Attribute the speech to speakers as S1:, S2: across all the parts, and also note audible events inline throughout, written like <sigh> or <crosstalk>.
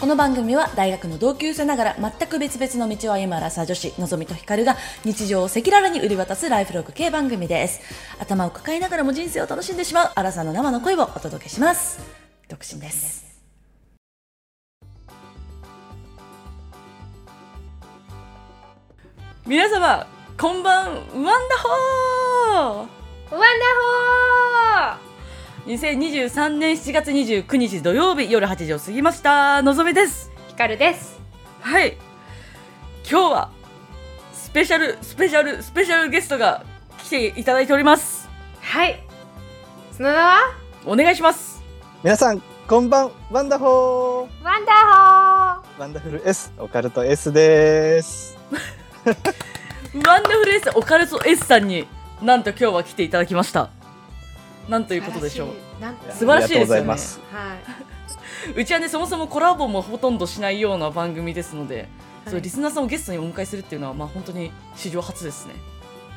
S1: この番組は大学の同級生ながら全く別々の道を歩むアラサー女子のぞみとひかるが日常を赤裸々に売り渡すライフログ系番組です頭を抱えながらも人生を楽しんでしまうアラサーの生の声をお届けします独身です皆様こんばんワンダホー
S2: ワンダ
S1: 2023年7月29日土曜日夜8時を過ぎましたのぞみです
S2: ホーひかるです
S1: はい今日はスペシャルスペシャルスペシャルゲストが来ていただいております
S2: はいその名は
S1: お願いします
S3: 皆さんこんばんワンダホ
S2: ワンダ
S3: ーワンダフル S オカルト S です
S1: ワンダフル S オカルト S さんになんと今日は来ていただきましたなんと
S2: ホー
S1: いうことでしょう
S2: なん
S1: 素晴らしいですよね
S3: ありがとうございます
S2: は
S1: うちはねそもそもコラボもほとんどしないような番組ですので、
S2: い、
S1: そうリスナーさんをゲストにお迎えするっていうのはまあ本当に史上初ですね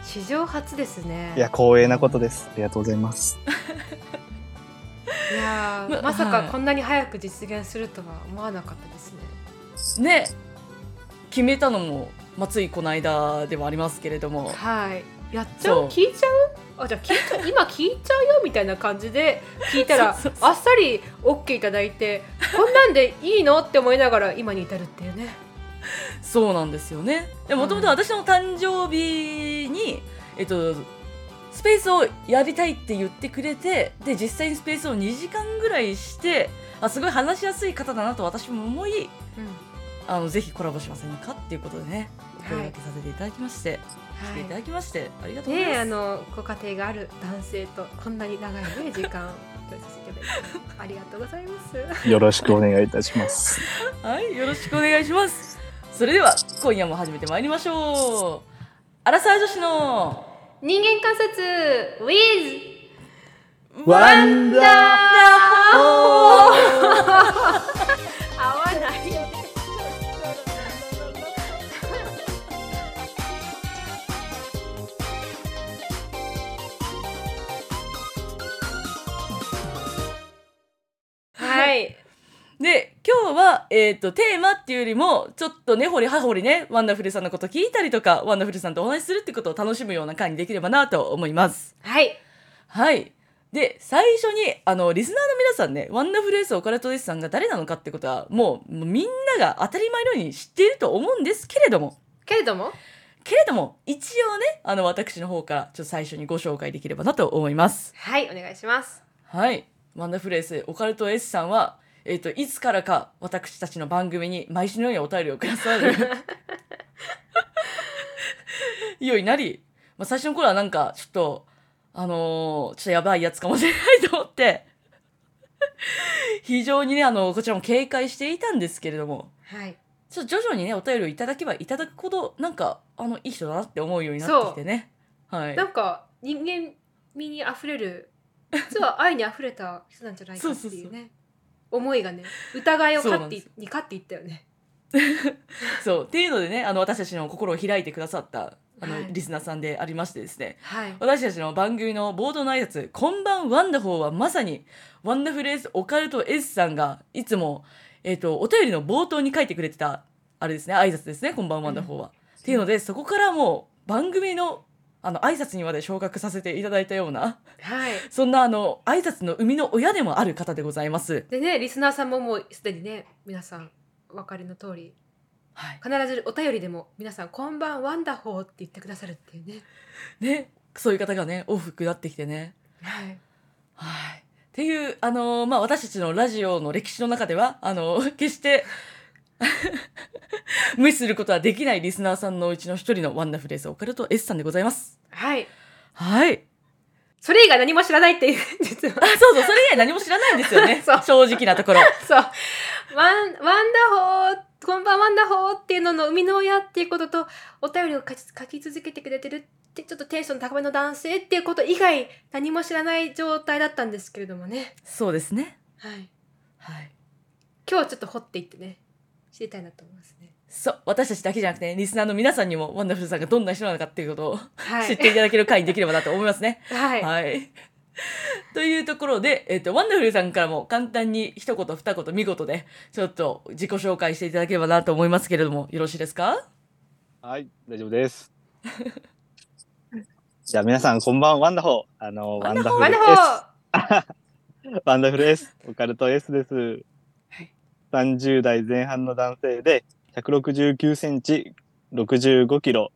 S2: 史上初ですね
S3: いや光栄なことですありがとうございます
S2: いやー
S1: ま
S2: まさ
S1: は
S2: か
S1: い
S2: こんなに早く実現するとは思わなかったですね
S1: ね決めたのもまあついこの間ではありますけれども
S2: はいやっちゃう
S1: そう
S2: 聞いちゃうあじゃあ聞い
S1: <laughs>
S2: ちゃう今聞いちゃうよみたいな感じで聞いたら
S1: そうそう
S2: あっさり OK いただいてこんなんでいいのって思いながら今に至るっていうね
S1: そうなんですよねでもともと私の誕生日に、えっとスペースをやりたいって言ってくれてで実際にスペースを2時間ぐらいしてあすごい話しやすい方だなと私も思いあのぜひコラボしませんかっていうことでねお声掛けさせていただきまして、来ていた
S2: は
S1: だきましてありが
S2: い、
S1: とうござい
S2: ねえ
S1: ます、
S2: あのご家庭がある男性とこんなに長いね時間を共有させ
S1: <laughs>
S2: ていただいてありがとうございます
S3: よろしくお願いいた
S1: <laughs>
S3: します
S1: はい、よろしくお願いします。それでは今夜も始めてまいりましょう。アラサー女子の
S2: 人間観察 with
S3: ワ
S1: <laughs>
S3: ンダ
S1: ホー
S2: 合わないはい
S1: で今日は、えー、とテーマっていうよりもちょっとねほりはほりねワンダフルさんのこと聞いたりとかワンダフルさんとお話しするってことを楽しむような回にできればなと思います。
S2: はい
S1: はいで最初にあのリスナーの皆さんねワンダフルエースオカルトエースさんが誰なのかってことはもうもうみんなが当たり前のように知っていると思うんですけれども
S2: けれども
S1: けれども一応ねあの私の方からちょっと最初にご紹介できればなと思います
S2: はいお願いします
S1: はいワンダフルエースオカルト S さんはえっ、といつからか私たちの番組に毎週のようにお便りをくださるようになり、まあ、最初の頃はなんかちょっとあのーちょっとやばいやつかもしれないと思って非常にねあのこちらも警戒していたんですけれども
S2: はい
S1: ちょっと徐々にねお便りをいただけばいただくほどなんかあのいい人だなって思うようになってきてねはい
S2: なんか人間味にあふれる実は愛にあふれた人なんじゃないかって
S1: そう
S2: い
S1: そう
S2: うね思いがね疑いを
S1: そうなん
S2: 勝っ
S1: です
S2: てに勝っていったよね
S1: そうっていうのでねあの私たちの心を開いてくださったあの、
S2: はい
S1: リスナーさんでありましてですね
S2: はい
S1: 私たちの番組の冒頭の挨拶こんばんワンダフォー」はまさにワンダフル S オカルト S さんがいつも、えっとお便りの冒頭に書いてくれてたあれですね挨拶ですね「こんばんワンダフォーは」っていうのでそこからもう番組のあの挨拶にまで昇格させていただいたような
S2: はい
S1: そんなあの挨拶の生みの親でもある方でございます。
S2: でねリスナーさんももうすでにね皆さんお分かりの通り
S1: はい、
S2: 必ずお便りでも皆さん「こんばんワンダホー」って言ってくださるっていうね
S1: ねそういう方がね多くなってきてね。
S2: はい
S1: はい、っていう、あのーまあ、私たちのラジオの歴史の中ではあのー <laughs> 決して無視することはできないリスナーさんのうちの一人のワンダフルエースオカルト S さんでございます。
S2: はい
S1: はい。
S2: それ以外何も知らないっていう <laughs> 実は
S1: あそうそうそれ以外何も知らないんですよね
S2: <laughs> そう
S1: 正直なところ。
S2: そう。ワン、ワンダホー、こんばんワンダホーっていうのの生みの親っていうことと、お便りを書き書き続けてくれてるって、ちょっとテンション高めの男性っていうこと以外、何も知らない状態だったんですけれどもね。
S1: そうですね。
S2: はい。
S1: はい
S2: 今日ちょっと掘っていってね、知りたいなと思いますね。
S1: そう私たちだけじゃなくてリスナーの皆さんにもワンダフルさんがどんな人なのかっていうことを
S2: は
S1: 知っ
S2: い。
S1: ていただける回にできればなと思いますね。
S2: はい。
S1: はい。というところで、えっ、と、ワンダフルさんからも簡単に一言二言見事で、ちょっと自己紹介していただければなと思いますけれども、よろしいですか
S3: はい、大丈夫
S1: <laughs>
S3: です。じゃあ皆さんこんばんワンダホー。あのワンダフ
S2: ワ
S3: ル
S2: ン
S3: S
S2: ダホー
S3: ワンダフル S オカルト S です。
S1: い
S3: 30代前半の男性で169センチ、65キロ、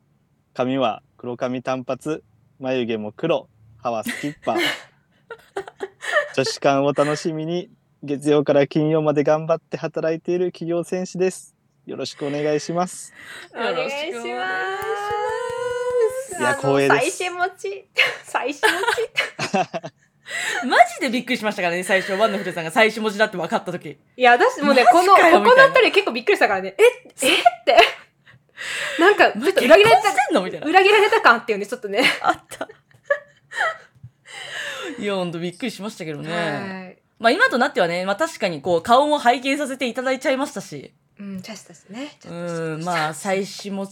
S3: 髪は黒髪短髪、眉毛も黒、歯はスキッパー。女子館を楽しみに月曜から金曜まで頑張って働いている企業戦士です。よろしくお願いします。
S2: お願いします
S1: よろくお願いし
S3: いや
S2: あの
S3: 光栄です
S2: 妻子持ち <laughs> 妻子持ち
S1: ますマジでびっくりしましたからね、最初、ワンダフルさんが最初文字だって分かった時
S2: いや、私もうね、
S1: マ
S2: こ
S1: ジ
S2: の、こ
S1: かよみた
S2: こ
S1: いな
S2: のあたり結構びっくりしたからね、え、えって。 <laughs> なんか、ちょっと
S1: 結
S2: 裏
S1: 婚
S2: 切られ、
S1: したてんのみたいな。
S2: 裏切られた感っていうね、ちょっとね。
S1: あった。いや、ほんとびっくりしましたけどね。
S2: はい。
S1: まあ今となってはね、まあ確かにこう顔も拝見させていただいちゃいましたし、
S2: うん、チャスタスね。チ
S1: う
S2: ャスタス
S1: ん、まあ妻子持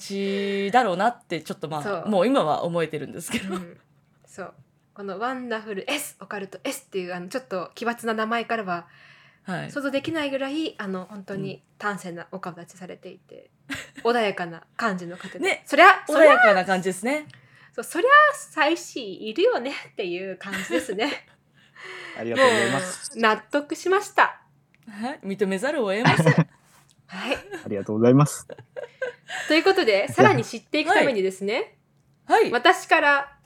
S1: ちだろうなってちょっとま
S2: そ
S1: あ、
S2: う
S1: もう今は思えてるんですけど
S2: う。んそう。このワンダフル S、オカルト S っていう、あの、ちょっと奇抜な名前からは、
S1: はい。
S2: 想像できないぐらい、あの、本当に端正なお顔立ちされていて、 <laughs> 穏やかな感じの方で。
S1: ね
S2: そりゃ、
S1: 穏
S2: そりゃ、
S1: やかな感じですね。
S2: そうそりゃ、妻子いるよねっていう感じですね。
S3: ありがとうございます。
S2: 納得しました。
S1: はい。認めざるを得ません。
S2: はい。
S3: ありがとうございます。
S2: ということで、さらに知っていくためにですね、
S1: はい。
S2: 私から、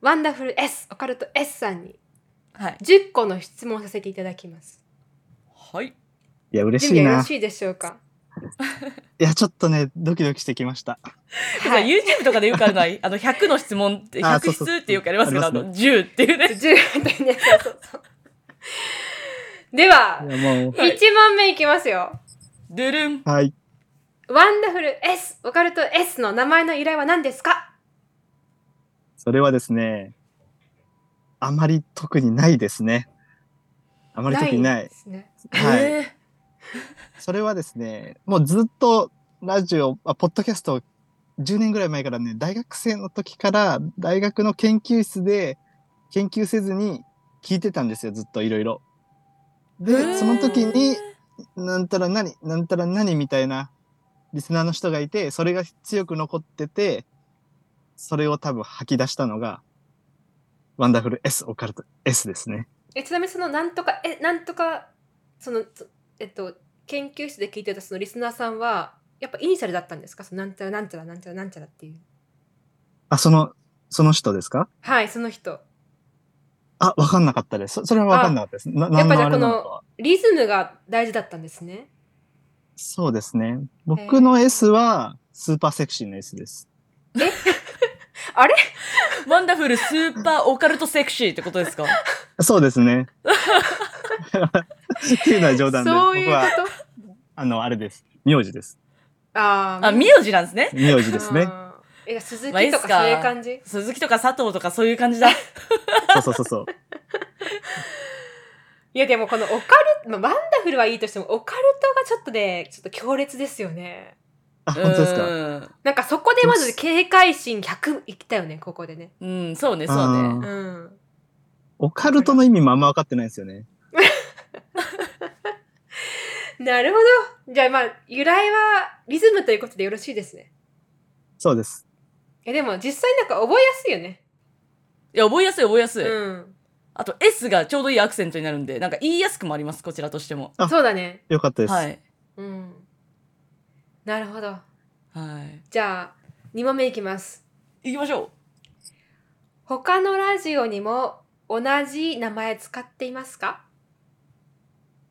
S2: ワンダフル S、オカルト S さんに
S1: はい。
S2: 10個の質問をさせていただきます。
S1: <laughs> はい。
S3: いや、嬉
S2: 準
S3: しい
S2: 備はよろ
S3: な。い
S2: しいでしょうか
S3: や、ちょっとね、ドキドキしてきました。
S1: は、
S2: はいい。
S1: YouTube とかでよくあるのは、あの、100の質問って、
S3: <laughs> あー
S1: 100
S3: そうそう
S1: 質ってよくありますけど、
S3: あ
S1: あ
S3: りますね
S1: の、10っていう
S3: <laughs>
S1: ね。
S2: <laughs> 10とね、そうそうそう。では、
S3: いやもう、
S1: はい
S2: 1問目いきますよ。
S1: ドゥルン。
S3: はい。
S2: ワンダフル S、オカルト S の名前の由来は何ですか
S3: それはですね、あまり特にないですね。あまり特にない
S2: で。すね。
S3: はい。
S1: え
S3: それはですね、もうずっとラジオ、あポッドキャストを10年ぐらい前からね、大学生の時から大学の研究室で研究せずに聞いてたんですよ、ずっといろいろ。
S1: ー
S3: で、その時に、、なんたら何、なんたら何みたいなリスナーの人がいて、それが強く残ってて、それを多分吐き出したのが、ワンダフル S オカルト S ですね。
S2: えちなみにそのなんとかえなんとかそのつえっと研究室で聞いてたそのリスナーさんはやっぱイニシャルだったんですかそのなんちゃらなんちゃらなんちゃらなんちゃらっていう
S3: あ、その、その人ですか
S2: はいその人
S3: あ、わかんなかったです。そそれはわかんなかったです。な、
S2: やっ
S3: 何
S2: ぱじゃ
S3: の
S2: あ
S3: あれな
S2: こ
S3: のかは。
S2: リズムが大事だったんですね
S3: そうですね。僕の S は、スーパーセクシーの S です。
S1: ワンダフルスーパーオカルトセクシーってこと
S3: <laughs>
S1: ですか
S3: そうで
S2: <laughs>
S3: すね。っていうのは冗談で。
S2: そういう
S3: 僕は、
S2: こ
S3: あの、あれです。名字です。
S2: とあー
S1: あ、名字なんですね。
S3: 名字ですね。
S2: あーえ鈴
S1: まあいい
S2: 木
S1: っす
S2: と
S1: か
S2: かそういう感じ
S1: 鈴木とか佐藤とかそういう感じだ。
S3: そうそうそうそう。
S2: いやでもこのオカルト、まあ、ワンダフルはいいとしてもオカルトがちょっとねちょっと強烈ですよね
S3: あ、本当ですか。
S1: か
S2: なんかそこでまず警戒心100いったよねここでね
S1: うん、そうね、そうね。
S2: う
S3: あー
S2: ん
S3: オカルトの意味もあんま分かってないんですよね。
S2: なるほど。じゃあまあ、由来はリズムということでよろしいですね。
S3: そうです。
S2: え、でも実際なんか覚えやすいよね。
S1: いや、覚えやすい、覚えやすい。
S2: うん。
S1: あと、S がちょうどいいアクセントになるんで、なんか言いやすくもあります、こちらとしても。
S3: あ
S2: そうだね。
S3: よかったです。
S1: はい。
S2: うん。なるほど。
S1: は
S2: じゃあ、2問目いきます。
S1: い。行きましょ
S2: 他のラジオにも同じ名前使っていますか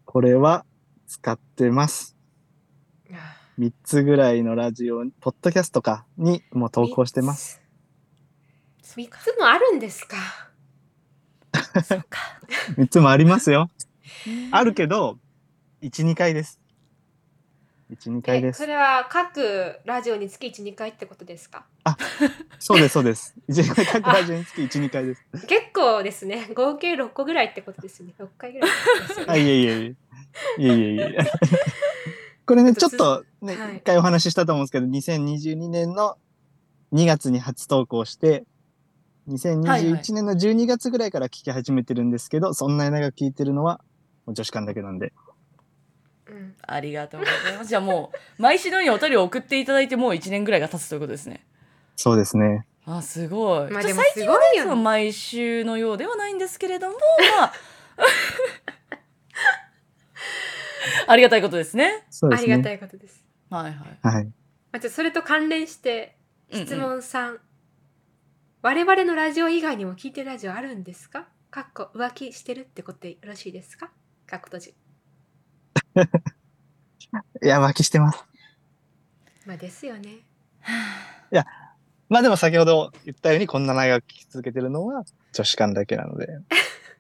S3: これは使ってます。3つぐらいのラジオ、ポッドキャストかにもう投稿してます。
S2: す。3つもあるんですか
S1: う。そっか。
S3: 3つもありますよ。あるけど、1、2回です。1、2回
S2: え
S3: で
S2: そ
S3: す。
S2: れは各ラジオにつき1、2回ってことですか
S3: そうです、そうです。1、2回、各ラジオにつき1、2回
S2: <laughs>
S3: です。
S2: 結構ですね。合計6個ぐらいってことですね。6回ぐらいですよね
S3: あ、いえいえいえ。いえいえい
S2: <laughs>
S3: え。これね、ちょっとね、
S2: はい
S3: 一回お話ししたと思うんですけど、2022年の2月に初投稿して、
S1: はいはい
S3: 2021年の12月ぐらいから聞き始めてるんですけど、そんなに長く聞いてるのはもう女子館だけなんで
S2: うん、
S1: ありがとうございます。じゃあもう、 <laughs> 毎週のようにお便りを送っていただいて、もう1年ぐらいが経つということですね。
S3: そうですね
S1: あ、すごい。
S2: まあ
S1: ちょ
S2: でも
S1: 最
S2: す
S1: 近
S2: ご
S1: はいね、
S2: よ
S1: そ
S2: ね
S1: の毎週のようではないんですけれども、まあ、 <laughs> ありがたいことですね。
S3: そうで
S2: あ
S3: す
S2: りがた
S3: ね
S2: いことです。
S1: はいはい。
S3: はい
S2: まあ、じゃあそれと関連して
S1: うんうん
S2: 質問さん、我々のラジオ以外にも聞いてるラジオあるんですかかっこ浮気してるってことでよろしいですかかっこ閉じ。
S3: いや浮気してます
S2: まあですよね。
S3: まあでも先ほど言ったようにこんな長く聞き続けてるのは女子館だけなので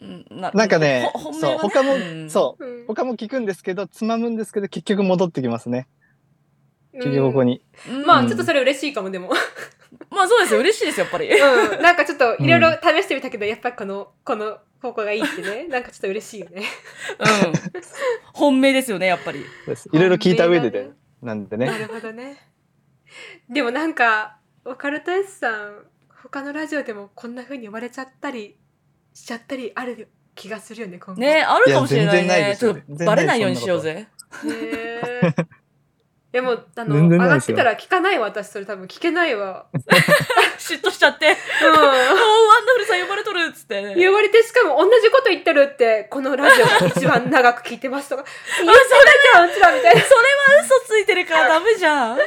S1: うんな
S3: なんかね
S1: ほ本命
S3: そ
S1: は
S3: う
S1: ね
S3: 他も、
S1: うん
S3: そう
S2: うん
S3: 他も聞くんですけどつまむんですけど結局戻ってきますね結局ここに、
S1: うん
S2: ま
S1: ま
S2: あ
S1: あ、
S2: ちょっとそれ嬉しいかもでも、
S1: まあそうですよ。嬉しいですよ、やっぱり。
S2: うん、なんかちょっといろいろ試してみたけど、やっぱこのこの方向がいいってねなんかちょっと嬉しいよね。
S1: うん。本命ですよね、やっぱり。
S3: そうですいろいろ聞いた上で
S2: 本命
S3: で
S2: だね
S3: なんで
S2: な
S3: ね
S2: るほどね。でもなんかオカルト S さん他のラジオでもこんな風に呼ばれちゃったりしちゃったりある気がするよね今後。
S1: ね、あるかもしれないね。
S3: いや全然ないです
S1: ちょ
S3: よ
S1: っとバレないようにしようぜ。
S2: ね <laughs> え。でもあの
S3: 全
S2: 上
S3: 然な
S2: が
S3: いで
S2: っ
S3: す
S2: て
S3: よ
S2: たら聞かないわ私それ多分聞けないわ。う
S1: 嫉妬しちゃ
S3: <laughs>
S1: って。おー
S2: <laughs> ん。
S1: ワンダフルさん呼ばれとるっつって、ね。
S2: 呼ばれてしかも同じこと言ってるってこのラジオ一番長く聞いてますとか言ってたじゃんうちらみたいな。
S1: それは嘘ついてるからダメじゃん。
S3: い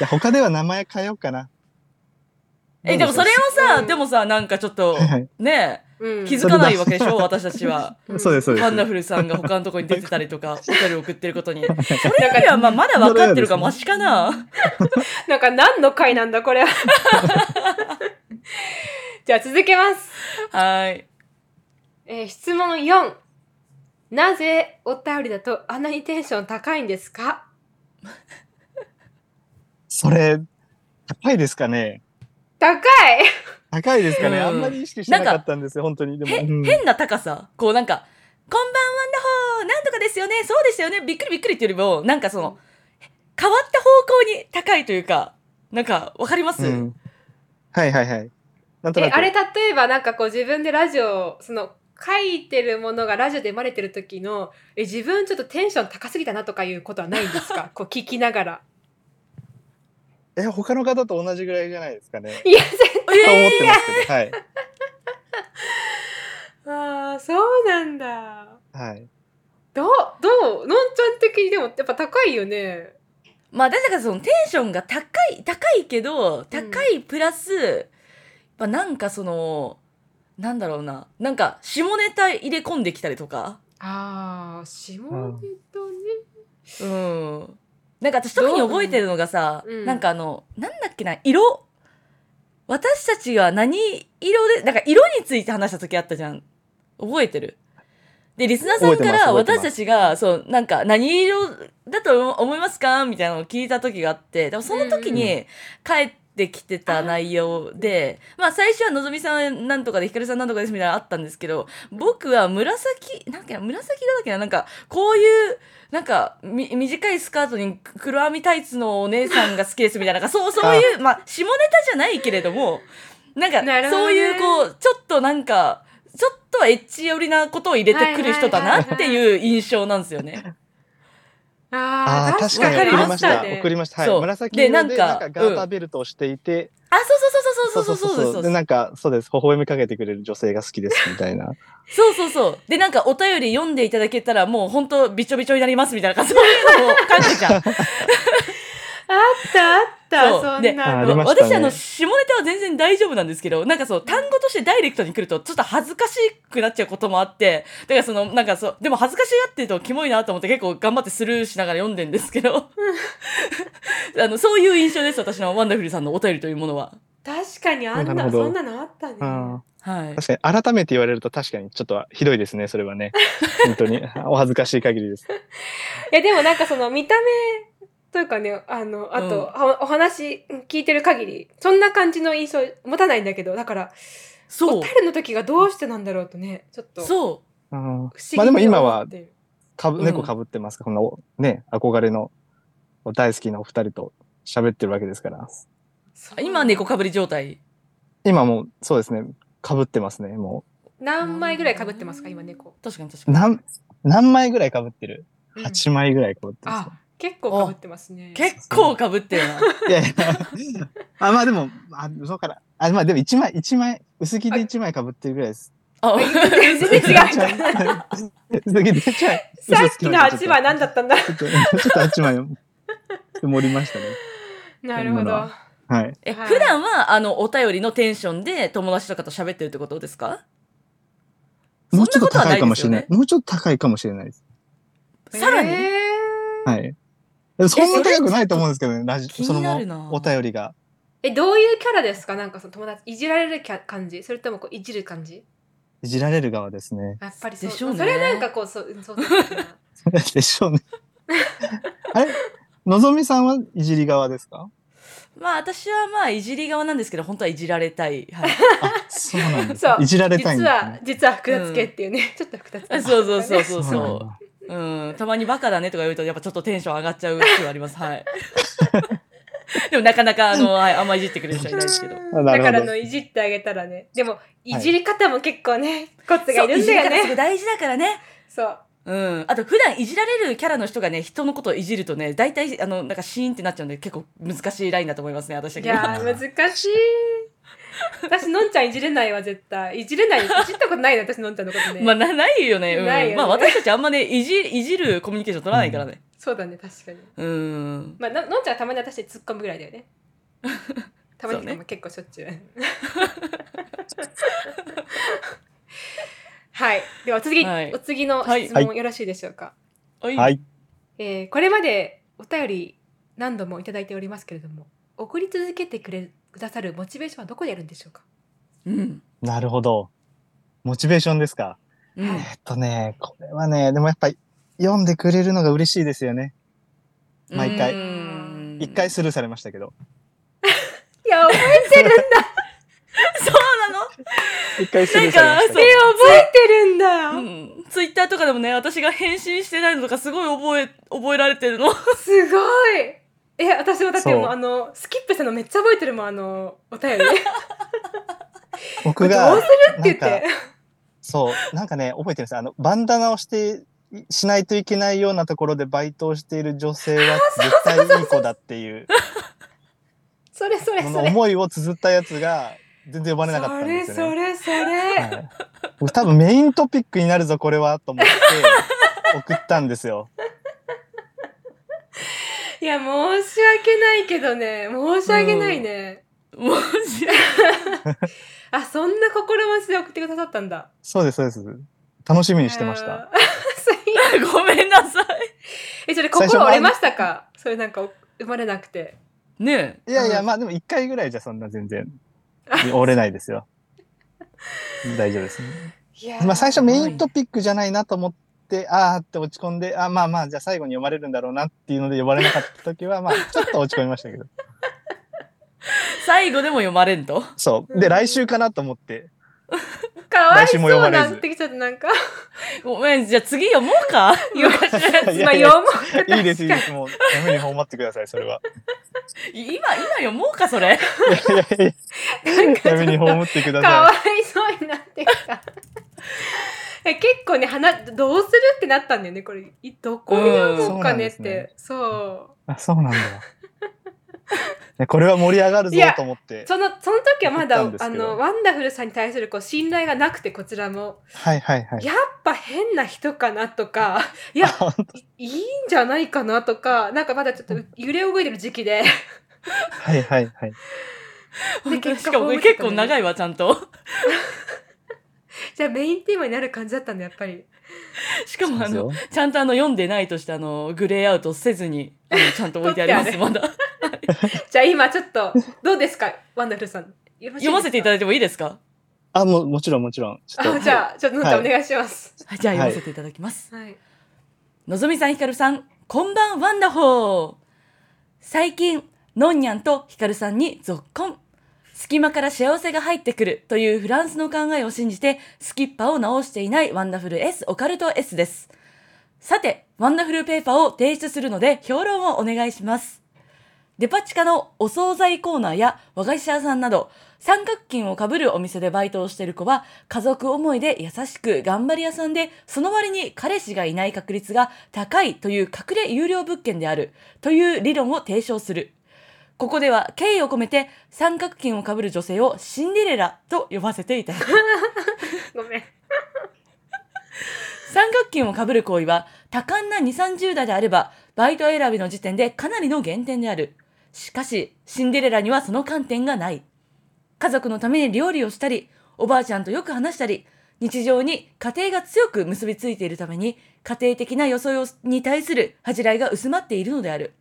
S3: や他では名前変えようかな
S1: え、でもそれは
S2: う
S1: さ、
S2: ん
S1: でもさ、なんかちょっ
S3: <laughs>
S1: と
S3: はいはい、
S1: ね、
S2: うん
S1: 気づかないわけでしょ、私たちは。
S3: そうですそうです
S1: ワンダフルさんが他のとこに出てたりとか、お便り送ってること
S3: <laughs>
S1: に。それよりは、まあ、まだ分かってるからマシかな。
S2: なんか何の回なんだこれは。 <laughs> じゃあ続けます。
S1: はい。
S2: えー質問4。なぜお便りだとあんなにテンション高いんですか
S3: それ高いですかね
S2: 高い
S3: 高いですかね、
S1: うん
S3: あんまり意識してなかったんですよ本当にでも、
S1: へ
S3: うん
S1: 変な高さ。こうなんか、こんばんはんだほー、なんとかですよね、そうでしたよね、びっくりびっくりっていうよりも、なんかその、変わった方向に高いというか、なんか、わかります、
S3: うんはいはいはいなんと
S2: え、
S3: なく
S2: あれ例えばなんかこう自分でラジオ、その書いてるものがラジオで生まれてる時の、え、自分ちょっとテンション高すぎたなとかいうことはないんです
S3: <laughs>
S2: かこう聞きながら。
S3: え他の方と同じぐらいじゃないですかね
S2: いや、全
S3: と思ってますけどはい
S2: ああ、そうなんだ。
S3: はい
S2: どう、どうのんちゃん的にでもやっぱ高いよね。
S1: まあ、私だからそのテンションが高い、高いけど、高いプラス、やっぱなんかその、なんだろうな、なんか下ネタ入れ込んできたりとか、
S2: ああ、下ネタね。
S1: うん。なんか私特に覚えてるのがさ、
S2: どううん
S1: なんかあの、なんだっけな、色。私たちは何色で、なんか色について話した時あったじゃん。覚えてるで、リスナーさんか
S3: 覚え
S1: ら
S3: てます覚えて
S1: 私
S3: ます
S1: たちが、そう、なんか何色だと思いますかみたいなのを聞いた時があって、でもその時
S3: うん
S1: に帰ってきてた内容で、まあ最初はのぞみさんなんとかで、ひかるさんなんとかですみたいなのあったんですけど、僕は紫、なんだっけな、紫色だっけな、なんかこういう、なんか、み、短いスカートに黒編みタイツのお姉さんが好きですみたいな、なんかそう、そういう、まあ、下ネタじゃないけれども、なんか、
S2: なるほど
S1: そう
S2: ね
S1: いう、こう、ちょっとなんか、ちょっとエッチ寄りなことを入れてくる人だなっていう印象なんですよね。
S2: ああ、
S3: ああ確かに
S1: わ
S3: 送
S1: かり
S3: り
S1: ま
S3: ま
S1: し
S3: したた
S1: ね
S3: 送りましたは
S1: そう
S3: い紫
S1: で
S3: 色で
S1: な
S3: なんん
S1: か
S3: かガーターベルトをしていて、
S1: あ、そうそうそうそうそうそうそうそう
S3: でなんかそうです微笑みかけてくれる女性が好きですみたいな
S1: そうそうそう。で、なんかお便り読んでいただけたらもう本当びちょびちょになりますみたいな、なんかそういうのを書くじゃん。
S2: あったあった、
S1: そう
S2: そん
S1: で
S2: な
S3: あ
S2: の
S3: り。ましたね
S1: 私あの下ネタは全然大丈夫なんですけどなんかそう単語としてダイレクトに来るとちょっと恥ずかしくなっちゃうこともあってだからそのなんかそうでも恥ずかしがってるとキモいなと思って結構頑張ってスルーしながら読んでんですけど
S3: <laughs>
S1: あのそういう印象です私のワンダフルさんのお便りというものは。
S2: 確かにあんな
S3: なるほど
S2: そんなのあったね。
S3: うん
S1: はい、
S3: 確かに改めて言われると確かにちょっとひどいですねそれはね本当にお恥ずかしい限りです
S2: いやでもなんかその見た目というかねあのあと、おお話聞いてる限りそんな感じの印象持たないんだけどだから
S1: そ
S2: お
S1: う
S2: 便りの時がどうしてなんだろうとねちょっと不思
S1: そう
S3: うん
S2: 議
S3: まあでも
S2: に
S3: 今
S2: 思
S3: は
S2: っている
S3: かぶ
S1: うん
S3: 猫かぶってますから、このね憧れの大好きなお二人と喋ってるわけですから
S2: そう
S1: 今猫かぶり状態
S3: 今もうそうですねかぶってますねも
S2: 何枚ぐらいかぶってますか今猫、
S1: 確かに確か
S3: う
S1: に
S3: 何何枚ぐらいかぶってる
S2: うん
S3: 8枚ぐらいかぶってます、
S2: あ結構かぶってますね
S1: 結構かぶってるない
S3: やいやあまあでもあそうかなあまあでも1枚一枚薄着で1枚かぶってるぐらいです
S1: あ
S2: 全然違
S3: <laughs>
S2: う
S1: <laughs>
S3: 薄着で1枚
S2: さっきの8枚何だったんだ
S3: ちょっとちょっと8枚をちょっと盛りましたね
S2: なるほ
S3: 今の
S2: ど
S3: ははい
S1: え
S2: はい
S1: 普段はあのお便りのテンションで友達とかと喋ってるってことですか
S3: もうちょっと
S1: そん
S3: 高
S1: こ
S3: いか
S1: は
S3: も
S1: で
S3: し
S1: すよ
S3: れない
S1: ね
S3: もうちょっと高いかもしれないです
S1: さらに
S2: えー
S3: はいそんな高くないと思うんですけどねラジ
S1: 気
S3: そ
S1: になるな
S3: のお便りが
S2: えどういうキャラですかなんかその友達いじられるキャ感じそれともこういじる感じ
S3: いじられる側ですね <laughs>
S2: やっぱりそう
S1: でしょうね
S2: それはなんかこうそううんそうですね
S3: でしょうね。あれのぞみさんはいじり側ですか
S1: まあ私はまあいじり側なんですけど本当はいじられたい、はい、
S3: あ、そうなんです
S2: そう
S3: いじられたいん
S2: 実
S3: です、
S2: は
S3: ね。
S2: 実は複雑系っていうね、ちょっと複雑系
S1: あ <laughs> そうそうそうそう
S3: そうなんだ
S1: うん、たまにバカだねとか言うとやっぱちょっとテンション上がっちゃうってはあります
S3: <laughs>
S1: はいでもなかなかあの、はい、あんまいじってくれる人はいないですけど
S2: うん
S3: なる
S2: だ
S3: ほど
S2: からのいじってあげたらねでもいじり方も結構ね、コツがい
S1: そう
S2: る
S1: い
S2: ん
S1: じり
S2: だよ
S1: 方すごい
S2: ね
S1: 大事だからね
S2: そう
S1: うん、あと普段いじられるキャラの人がね人のことをいじるとね大体あのなんかシーンってなっちゃうんで結構難しいラインだと思いますね私だ
S2: い
S1: けど
S2: やー難しい私のんちゃんいじれないわ絶対いじれないいじったことないの私のんちゃんのことね、
S1: まあなないよね,、うん、
S2: ないよね
S1: まあ私たちあんまねいじいじるコミュニケーション取らないからね
S2: そうだね確かに
S1: うん
S2: まあののんちゃんはたまに私突っ込むぐらいだよねたま
S1: そ
S2: にってか
S1: うね
S2: もう結構しょっちゅう <laughs> はいではお次、
S1: はい
S2: お次の
S1: はい
S2: 質問よろしいでしょうか、
S1: おい
S3: はい。
S2: えーこれまでお便り何度もいただいておりますけれども送り続けてくれくださるモチベーションはどこでやるんでしょうか
S1: うん
S3: なるほど。モチベーションですか。
S1: うん
S2: はい
S3: えっとね、これはね、でもやっぱり読んでくれるのが嬉しいですよね。毎回
S1: うん
S3: 一回スルーされましたけど。
S2: いや覚えてるんだ
S1: そうなの
S3: 一回スルーされました
S1: なん
S3: け
S1: か
S2: 覚えてるんだ、
S1: うん、ツイッターとかでもね私が返信してないのとかすごい覚え覚えられてる
S2: <laughs>
S1: の
S2: すごいえ私はだって
S3: そう
S2: もうあのスキップしたのめっちゃ覚えてるもんあのお便り
S3: ど。僕
S2: どう
S3: が
S2: す、るって言っ
S3: なん
S2: て
S3: かそう、なんかね、覚えてるんですよあの、バンダナをして、しないといけないようなところでバイトをしている女性は絶対いい子だっていう。
S2: それそれ
S3: そ
S2: そ
S3: の
S2: れ
S3: 思いを綴ったやつが全然呼ばれなかったんですよ
S2: そ
S3: ね。
S2: れそれそれ、
S3: はい、僕多分メイントピックになるぞこれはと思って送ったんですよ。
S2: いや申し訳ないけどね申し訳ないね、
S1: もう
S2: あそんな心持ちで送ってくださったんだ
S3: そうですそうです。楽しみにしてました。
S2: あー <laughs> すいません
S1: <laughs> ごめんなさ
S2: えそれ
S3: 最初
S2: 心折れましたかそれなんかお生まれなくて
S1: いねえ
S3: いやいや
S2: うん
S3: まあでも一回ぐらいじゃそんな全
S2: <laughs>
S3: 然折れないですよ。大丈夫です、ね。
S2: いや
S3: まあ最初メイントピックじゃないなと思ってあーって落ち込んであまあまあじゃあ最後に読まれるんだろうなっていうので呼ばれなかった
S2: <laughs>
S3: 時はまあちょっと落ち込みましたけど。
S1: 最後でも読まれんと
S3: そう。で来週かなと思って
S2: かわいそ
S3: 来週も呼ば
S2: う
S3: れ
S2: な
S3: ず
S2: ってきちゃって
S3: <laughs>
S2: なんか
S1: ごめんじゃあ次読もうか
S2: よかしら
S3: い
S2: まあ
S3: や
S2: 読
S3: いや
S2: もう
S3: いいですいいですもうやめに葬ってくださいそれは。
S1: 今今読もうかそれ
S3: いやいやいや
S2: なんかちょっ
S3: や
S2: と
S3: めに葬ってくだ
S2: か
S3: さ
S2: わいそうになってきたえ結構ね話どうするってなったんだよねこれいどこに読もうかねっ
S3: うんそうなんで
S2: て、そ
S3: い。あ、そうなんだ。いやこれは盛り上がるぞ
S2: いや
S3: と思って
S2: う。そのその時はまだ
S3: 言ったんです
S2: あ
S3: けど
S2: のワンダフルさんに対するこう信頼がなくてこちらも
S3: はいはいはい
S2: い。やっぱ変な人かなとかいや
S3: <laughs> あ本
S2: いいんじゃないかなとかなんかまだちょっと揺れ動いてる時期で <laughs>
S3: 当はいはいはい。
S2: で結
S1: し
S2: 果
S1: かもこれ結構長
S2: い
S1: いわちゃんと <laughs>
S2: じゃあメインテーマになる感じだったんだやっぱり
S1: しかもあ
S3: そう
S1: の
S3: ですよ
S1: ちゃんとあの読んでないとしてあのグレーアウトせずにあのちゃんと置いてあります
S2: 取
S1: まだ
S2: じゃあ今ちょっとどうですかワンダフルさん読
S1: 読ませていた
S2: だ
S1: だいてもいいですか
S3: あ、もうもちろんもちろん。ちょっ
S2: あ
S3: と。
S2: じゃあちょっとのんちゃん
S3: はい
S2: お願いします
S1: はいじゃあ読ませていただきます、
S2: はい
S1: のぞみさんひかるさんこんばんワンダホー最近のんにゃんとひかるさんにぞっこん隙間から幸せが入ってくるというフランスの考えを信じてスキッパを直していないワンダフル S オカルト S ですさてワンダフルペーパーを提出するので評論をお願いしますデパ地下のお惣菜コーナーや和菓子屋さんなど、三角巾をかぶるお店でバイトをしている子は、家族思いで優しく頑張り屋さんで、その割に彼氏がいない確率が高いという隠れ有料物件である、という理論を提唱する。ここでは敬意を込めて三角巾をかぶる女性をシンデレラと呼ばせていただく。
S2: ごめん。
S1: 三角巾をかぶる行為は多感な2、30代であればバイト選びの時点でかなりの減点である。しかし、シンデレラにはその観点がない。家族のために料理をしたり、おばあちゃんとよく話したり、日常に家庭が強く結びついているために、家庭的な装いに対する恥じらいが薄まっているのである。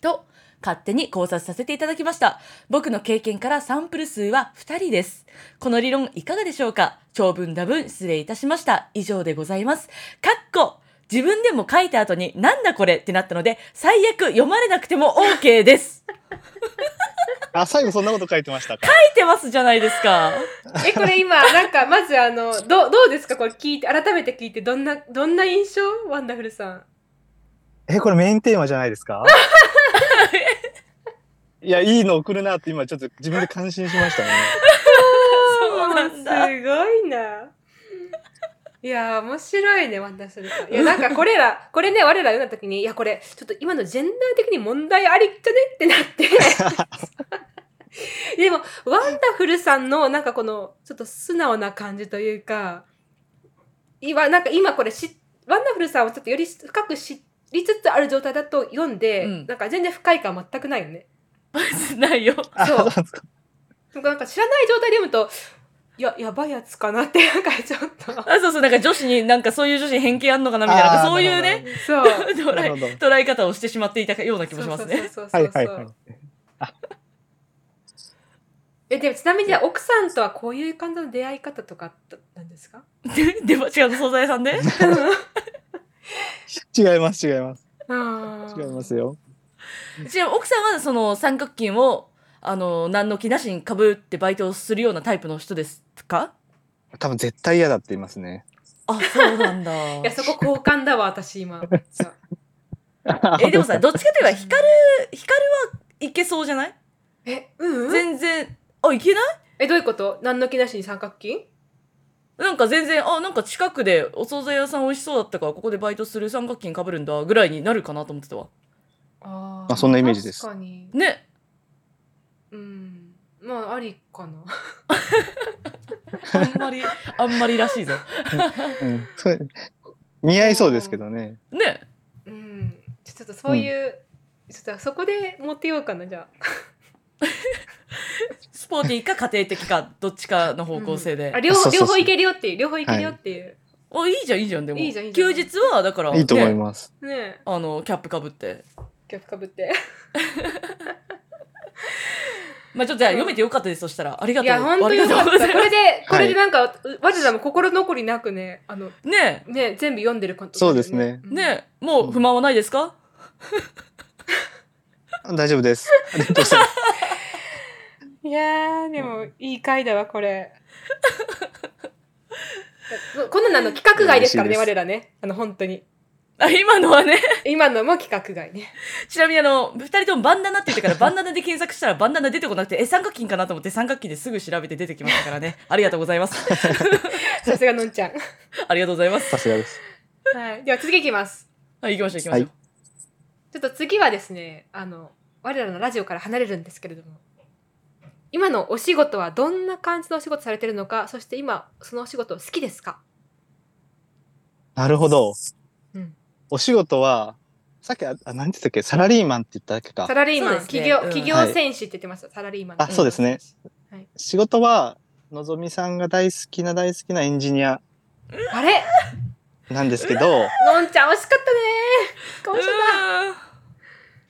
S1: と、勝手に考察させていただきました。僕の経験からサンプル数は2人です。この理論いかがでしょうか長文多文失礼いたしました。以上でございます。かっこ自分でも書いた後になんだこれってなったので、最悪読まれなくても OK です。
S3: あ、最後そんなこと書いてましたか。
S1: 書いてますじゃないですか。
S2: え、これ今、なんか、まず、あの、どう、どうですかこれ聞いて、改めて聞いて、どんな、どんな印象ワンダフルさん。
S3: え、これメインテーマじゃないですか。いや、いいの送るなって今ちょっと自分で感心しましたね。
S1: そうなんだ
S2: あーすごいな。いやー面白いねワンダースルさん。いやなんかこれらこれね我ら読んだ時にいやこれちょっと今のジェンダー的に問題ありじゃねってなって。 <laughs> でもワンダフルさんのなんかこのちょっと素直な感じというか今なんか今これしワンダフルさんをちょっとより深く知りつつある状態だと読んで、
S1: うん
S2: なんか全然不快感全くないよね。
S1: ないよ。
S3: あ
S2: そう
S3: なんですか
S2: なんか知らない状態で読むといややばいやつかなって <laughs> なんかちょっと。
S1: あ、そうそう、なんか女子に、なんかそういう女子に偏見あんのかなみたいな、なんか
S3: あー
S1: そういうね、
S2: そう。
S1: 捉
S3: なる
S1: え
S3: ほ
S1: <laughs>
S3: ど。
S1: 捉え方をしてしまっていたような気もしますね。
S2: そうそ
S3: は
S2: うそう
S3: い
S2: そう
S3: はい
S2: そう
S3: はい。
S2: えでもちなみに奥さんとはこういう感じの出会い方とかあったなんです
S3: <laughs>
S2: か？
S1: で、間違うの惣菜屋さんで。
S3: 違います違います
S2: あ
S3: 違いますよ。
S1: ちなみに奥さんはその三角巾を、あの、何の気なしにかぶってバイトをするようなタイプの人ですか
S3: 多分絶対嫌だって言いますね。
S1: あ、そうなんだ。 <laughs>
S2: いやそこ好感だわ私
S3: <laughs>
S2: 今。そう
S1: え、でもさ、どっちかといえば、ヒカル、ヒカルはいけそうじゃない
S2: えうん、うん？
S1: 全然、あ、いけない
S2: えどういうこと？何の気なしに三角筋？
S1: なんか全然、あ、なんか近くでお惣菜屋さん美味しそうだったから、ここでバイトする三角巾かぶるんだ、ぐらいになるかなと思ってたわ。
S2: あ
S3: あそんなイメージです
S2: 確かに。
S1: ね。
S2: うん。まあありかな。
S1: あんま
S2: <laughs>
S1: り、あんまりらしいぞ。
S3: うん、そう似合いそうですけどね。
S1: ね。
S2: うん。ちょっとそういう、ちょっとそこでモテようかなじゃあ。
S1: スポーティーか家庭的
S2: <laughs>
S1: か、どっちかの方向性で。
S2: あ両
S3: そうそうそう
S2: 両方いけるよっていう両方いけるよっていう。
S1: あ、いいじゃん、いいじゃん、でも。
S2: いいじゃんいいじゃ
S1: 休
S2: ん
S1: 日は、だから、
S3: いいと思い
S1: ね
S3: ます。
S2: ねえ。
S1: あの、キャップかぶって。
S2: キャップかぶって。
S1: まあ、ちょっとじゃあ読めてよかったです、そしたら。ありがと
S2: い
S1: う。
S2: や、本当よか
S1: あ
S2: っ
S1: りがとうござ
S2: た。
S1: い
S2: こ
S1: ま
S2: れで、これでなんか、わざわざ心残りなくね、あの、
S1: す。ね
S2: ね、全部読んでる感じ、
S3: そうですね
S1: え。ねえ、もう不満はないですか
S3: 大丈夫です。ありがとうございます。
S2: うん。いやー、でも、いい回だわ、これ。 <laughs> こんなのあの企画外ですからね、
S3: 嬉しい
S2: 我らね。あの、本当に。
S1: あ、今のはね。
S2: 今のも企画外ね。
S1: ちなみにあの、二人ともバンダナって言ってから、バンダナで検索したらバンダナ出てこなくて、え、三角巾かなと思って三角巾ですぐ調べて出てきましたから
S3: <laughs>
S1: ね。ありがとうございます。
S2: さすがのんちゃん。
S1: ありがとうございます。
S3: さすがです。
S2: はい。では、次いきます。
S1: はい、行きましょう、行きましょう。
S2: ちょっと次はですね、あの、我らのラジオから離れるんですけれども、今のお仕事はどんな感じのお仕事されてるのか、そして今、そのお仕事好きですか
S3: なるほど。
S2: うん
S3: お仕事は、さっき、あ、あなんて言ったっけ、サラリーマンって言ったっけか
S2: サ。ラリーマ
S1: そ
S2: ン、
S1: うですね
S2: 企業、
S1: うん
S2: 企業戦士って言ってました。サラリーマン。
S3: あそうですね。仕事は、のぞみさんが大好きな大好きなエンジニア
S2: あれ、
S3: なんですけど、
S2: のんちゃん惜しかったねー。か
S1: う
S2: わいそうだ。
S1: ーん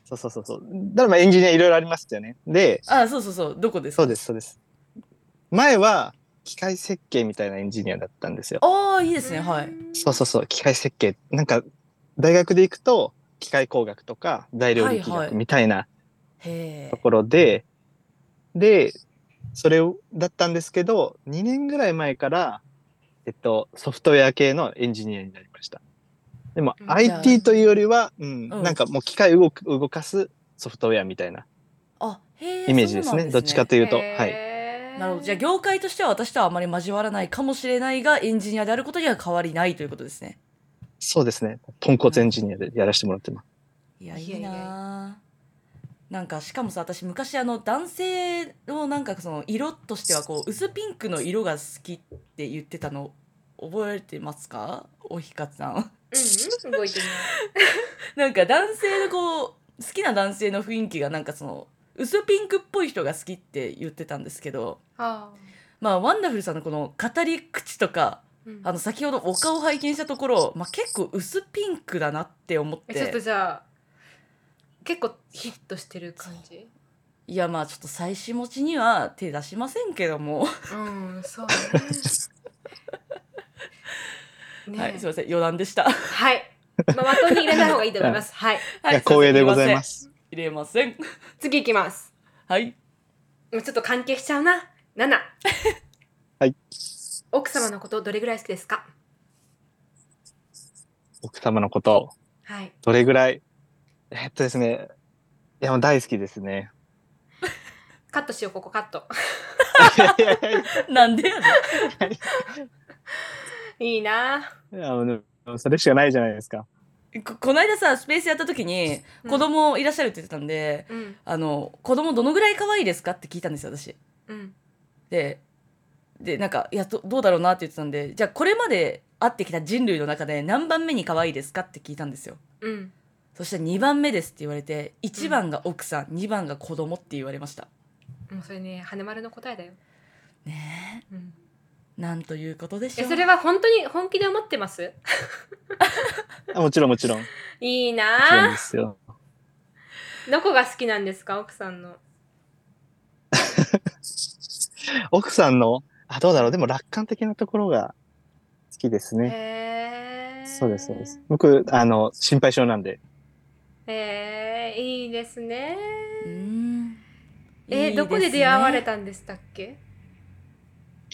S3: そうそうそうそう。だからまあエンジニアいろいろありますよね。で、
S1: あ、そうそうそう、どこですか
S3: そうです、そうです。前は、機械設計みたいなエンジニアだったんですよ。
S1: ああ、いいですね、はい。
S3: そうそうそう、機械設計。なんか、大学で行くと、機械工学とか、材料力
S1: はいはい
S3: 学みたいな
S1: へえ
S3: と。ころで、で、それをだったんですけど、2年ぐらい前から、えっと、ソフトウェア系のエンジニアになりました。でも
S2: う、んじゃあ
S3: IT というよりは、うん、
S1: うん
S3: なんかもう機械動く動かす、ソフトウェアみたいな
S1: あへえ
S3: イメージですねどっちかと
S1: いう
S3: いうと、はい
S2: い
S1: なるほどじゃあ業界としては私とはあまり交わらないかもしれないがエンジニアであることには変わりないということですね
S3: そうですね豚骨エンジニアでやらせてもらってます、
S1: いやい
S2: いや
S1: い
S2: いやいや
S1: なあなんかしかもさ私昔あの男性のなんかその色としてはこう薄ピンクの色が好きって言ってたの覚えてますかおひかさん <laughs>
S2: うんうん動いてる
S1: なんか男性のこう好きな男性の雰囲気がなんかその薄ピンクっぽい人が好きって言ってたんですけど
S2: あ
S1: まあワンダフルさんのこの語り口とかあの先ほどお顔を拝見したところ、まあ、結構薄ピンクだなって思っ
S2: えちょっと
S1: て
S2: じゃあ結構ヒットしてる感じ
S1: いやまあちょっと妻子持ちには手出しませんけども、
S2: うんそうねね
S1: はいすいません余談でした
S2: <laughs> はいまあ、的に入れない方がいいと思います。はい。
S1: はい
S3: いや光栄でございます
S1: いませ
S3: す
S1: ん入れません
S2: 次いきます。
S1: はい
S2: もうちょっと関係しちゃうな。7。
S3: はい
S2: 奥様のことどれぐらい好きですか
S3: 奥様のこと
S2: はい。
S3: どれぐらいえっとですねいやもう大好きですね
S2: カットしよう、ここカット。
S1: なんでやねん
S2: いいな。
S3: いやもうでもそれしかないじゃないですか
S1: ここの間さスペースやった時に
S2: うん
S1: 子供いらっしゃるって言ってたんで、
S2: うん。
S1: あの子供どのぐらい可愛いですかって聞いたんですよ私
S2: うん。
S1: ででなんかいやどどうだろうなって言ってたんでじゃあこれまで会ってきた人類の中で何番目に可愛いですかって聞いたんですよ
S2: うん。
S1: そして2番目ですって言われて1番が奥さん、2番が子供って言われました
S2: もうそれね、羽丸の答えだよ。
S1: ね
S2: うん。
S1: えなんということでし
S2: え、
S1: ょう
S2: それは本当に本気で思ってます
S3: あもちろんもちろんも
S2: いい
S3: ちろん
S2: な
S3: で。すよ
S2: どこが好きなんですか、奥さんの。
S3: 奥さんのあどうだろうでも楽観的なところが好きですね
S2: へえ。
S3: そうですそうです。僕あの心配性なんで
S2: へえ、いいですね。
S1: うーん
S2: え
S1: いいすね
S2: どこで出会われたんでしたっけ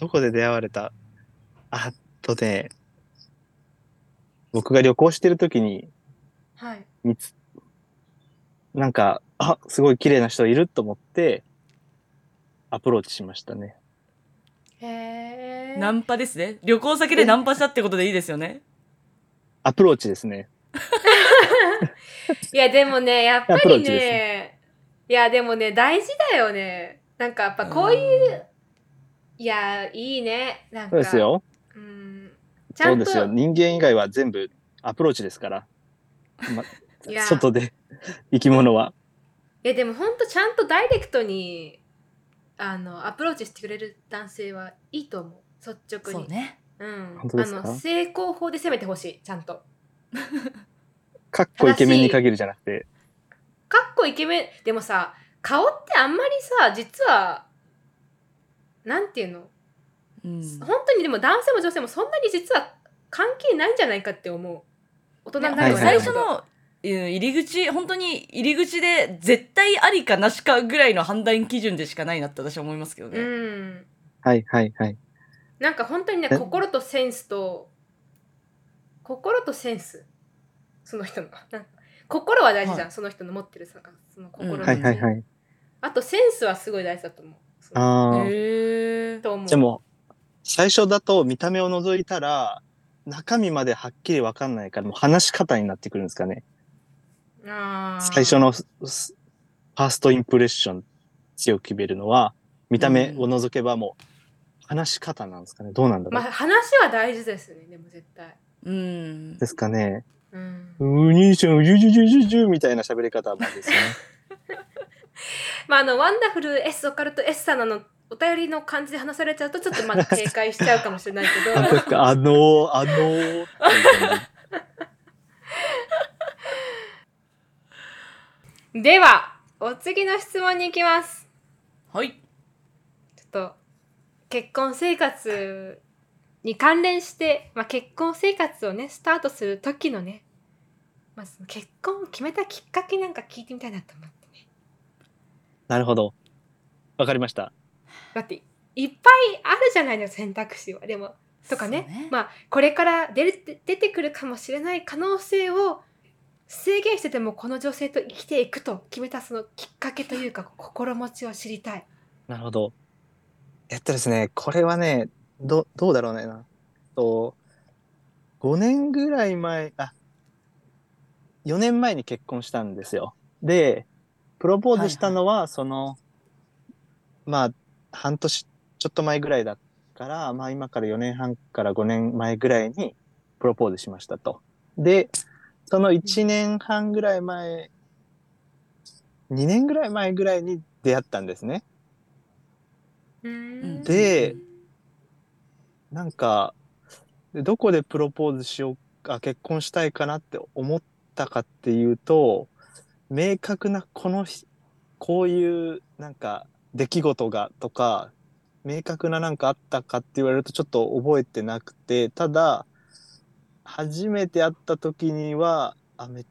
S3: どこで出会われたあとね僕が旅行してる時に
S2: はい。
S3: 見つなんかあすごい綺麗な人いると思ってアプローチしましたね
S2: へえ。
S1: ナンパですね旅行先でナンパしたってことでいいですよね
S3: アプローチですね
S2: いやでもねやっぱ
S3: アプロ
S2: り
S3: ーチです
S2: ねいやでもね大事だよねなんかやっぱこういう、
S1: いう
S2: いやいいねなんか
S3: そうですよ
S2: うんちゃ
S3: そうんで
S2: と
S3: すよ人間以外は全部アプローチですから、ま
S2: いや
S3: 外で生き物はい
S2: やでもほんとちゃんとダイレクトにあのアプローチしてくれる男性はいいと思う率直
S1: そ
S2: に
S1: うね
S2: うん
S3: 本当ですか
S2: あの成功法で攻めてほしいちゃんと
S3: かっこイケメンに限るじゃなくて
S2: かっこイケメンでもさ顔ってあんまりさ実はなんていうの
S1: うん
S2: 本当にでも男性も女性もそんなに実は関係ないんじゃないかって思う大人にな
S1: なん
S2: る
S1: か
S2: と
S3: はいはい
S1: 最初のうん入り口本当に入り口で絶対ありかなしかぐらいの判断基準でしかないなって私は思いますけど
S2: う
S1: ね、
S2: ん
S3: はいはいはい
S2: なんか本当にね
S3: え
S2: 心とセンスと心とセンスその人のなんか心は大事じゃん、
S1: は
S2: その人の持ってるさその心の、
S1: うん
S3: はいはいはい
S2: あとセンスはすごい大事だと思うその
S3: あー
S1: へえ
S2: と思う
S3: でも最初だと見た目を除いたら中身まではっきり分かんないからもう話し方になってくるんですかね
S2: あー
S3: 最初のすすファーストインプレッション強く決めるのは見た目を除けばもう話し方なんですかねどうなんだろ
S2: ま
S3: う、
S2: あ話は大事ですねでも絶対
S1: うん
S3: ですかね
S2: うん
S3: うー兄ちゃんうじゅじゅじゅじゅじゅみたいな喋り方もですよ
S2: <laughs>
S3: ね
S2: まああのワンダフル S オカルト S さんのあのお便りの感じで話されちゃうとちょっとまあ警戒しちゃうかもしれないけど
S3: あのあのーあのーっていう感じ
S2: ではお次の質問に行きます
S1: はい
S2: ちょっと結婚生活に関連して、まあ、結婚生活をねスタートする時のね、まあ、その結婚を決めたきっかけなんか聞いてみたいなと思ってね
S3: なるほどわかりました
S2: だっていっぱいあるじゃないの選択肢はでもとかね
S1: そうね
S2: まあこれから出る出てくるかもしれない可能性を制限しててもこの女性と生きていくと決めたそのきっかけという <laughs> か心持ちを知りたい。
S3: なるほど。えっとですね、これはね、どどうだろうねな。と5年ぐらい前、あ4年前に結婚したんですよ。で、プロポーズしたのは、その、まあ、半年ちょっと前ぐらいだから、まあ今から4年半から5年前ぐらいにプロポーズしましたと。で、その1年半ぐらい前、2年ぐらい前ぐらいに出会ったんですね。
S2: うん
S3: でなんか、でどこでプロポーズしようか、結婚したいかなって思ったかっていうと、明確なこの日、こういうなんか出来事がとか、明確ななんかあったかって言われるとちょっと覚えてなくて、ただ、初めて会った時には、あ、め、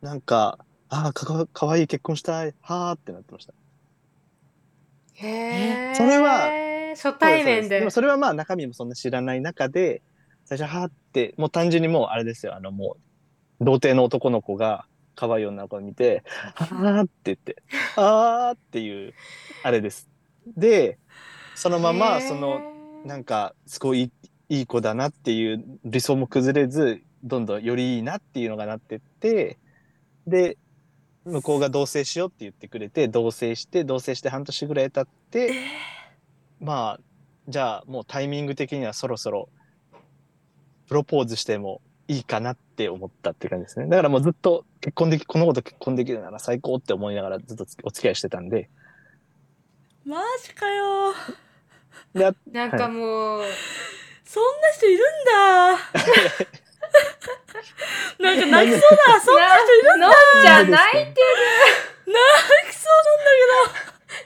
S3: なんか、あーかわ、かわいい結婚したい、はーってなってました。
S2: へー
S3: それは
S2: 初対面
S3: そうすそうす
S2: で
S3: もそれはまあ中身もそんな知らない中で最初はーってもう単純にもうあれですよあのもう童貞の男の子が可愛い女の子を見て「はーって言って「あーっていうあれです。でそのままそのなんかすごいいい子だなっていう理想も崩れずどんどんよりいいなっていうのがなってってで向こうが同棲しようって言ってくれて同棲して同棲して半年ぐらい経ってまあじゃあもうタイミング的にはそろそろプロポーズしてもいいかなって思ったって感じですねだからもうずっと結婚できこの子と結婚できるなら最高って思いながらずっとお付き合いしてたんで
S1: マジかよ
S3: であ
S2: なんかもう、
S1: そんな人いるん
S2: <laughs>
S1: だなんか泣きそうだそんな人いるんだ
S2: のんちゃん泣
S1: 泣
S2: いて
S1: きそ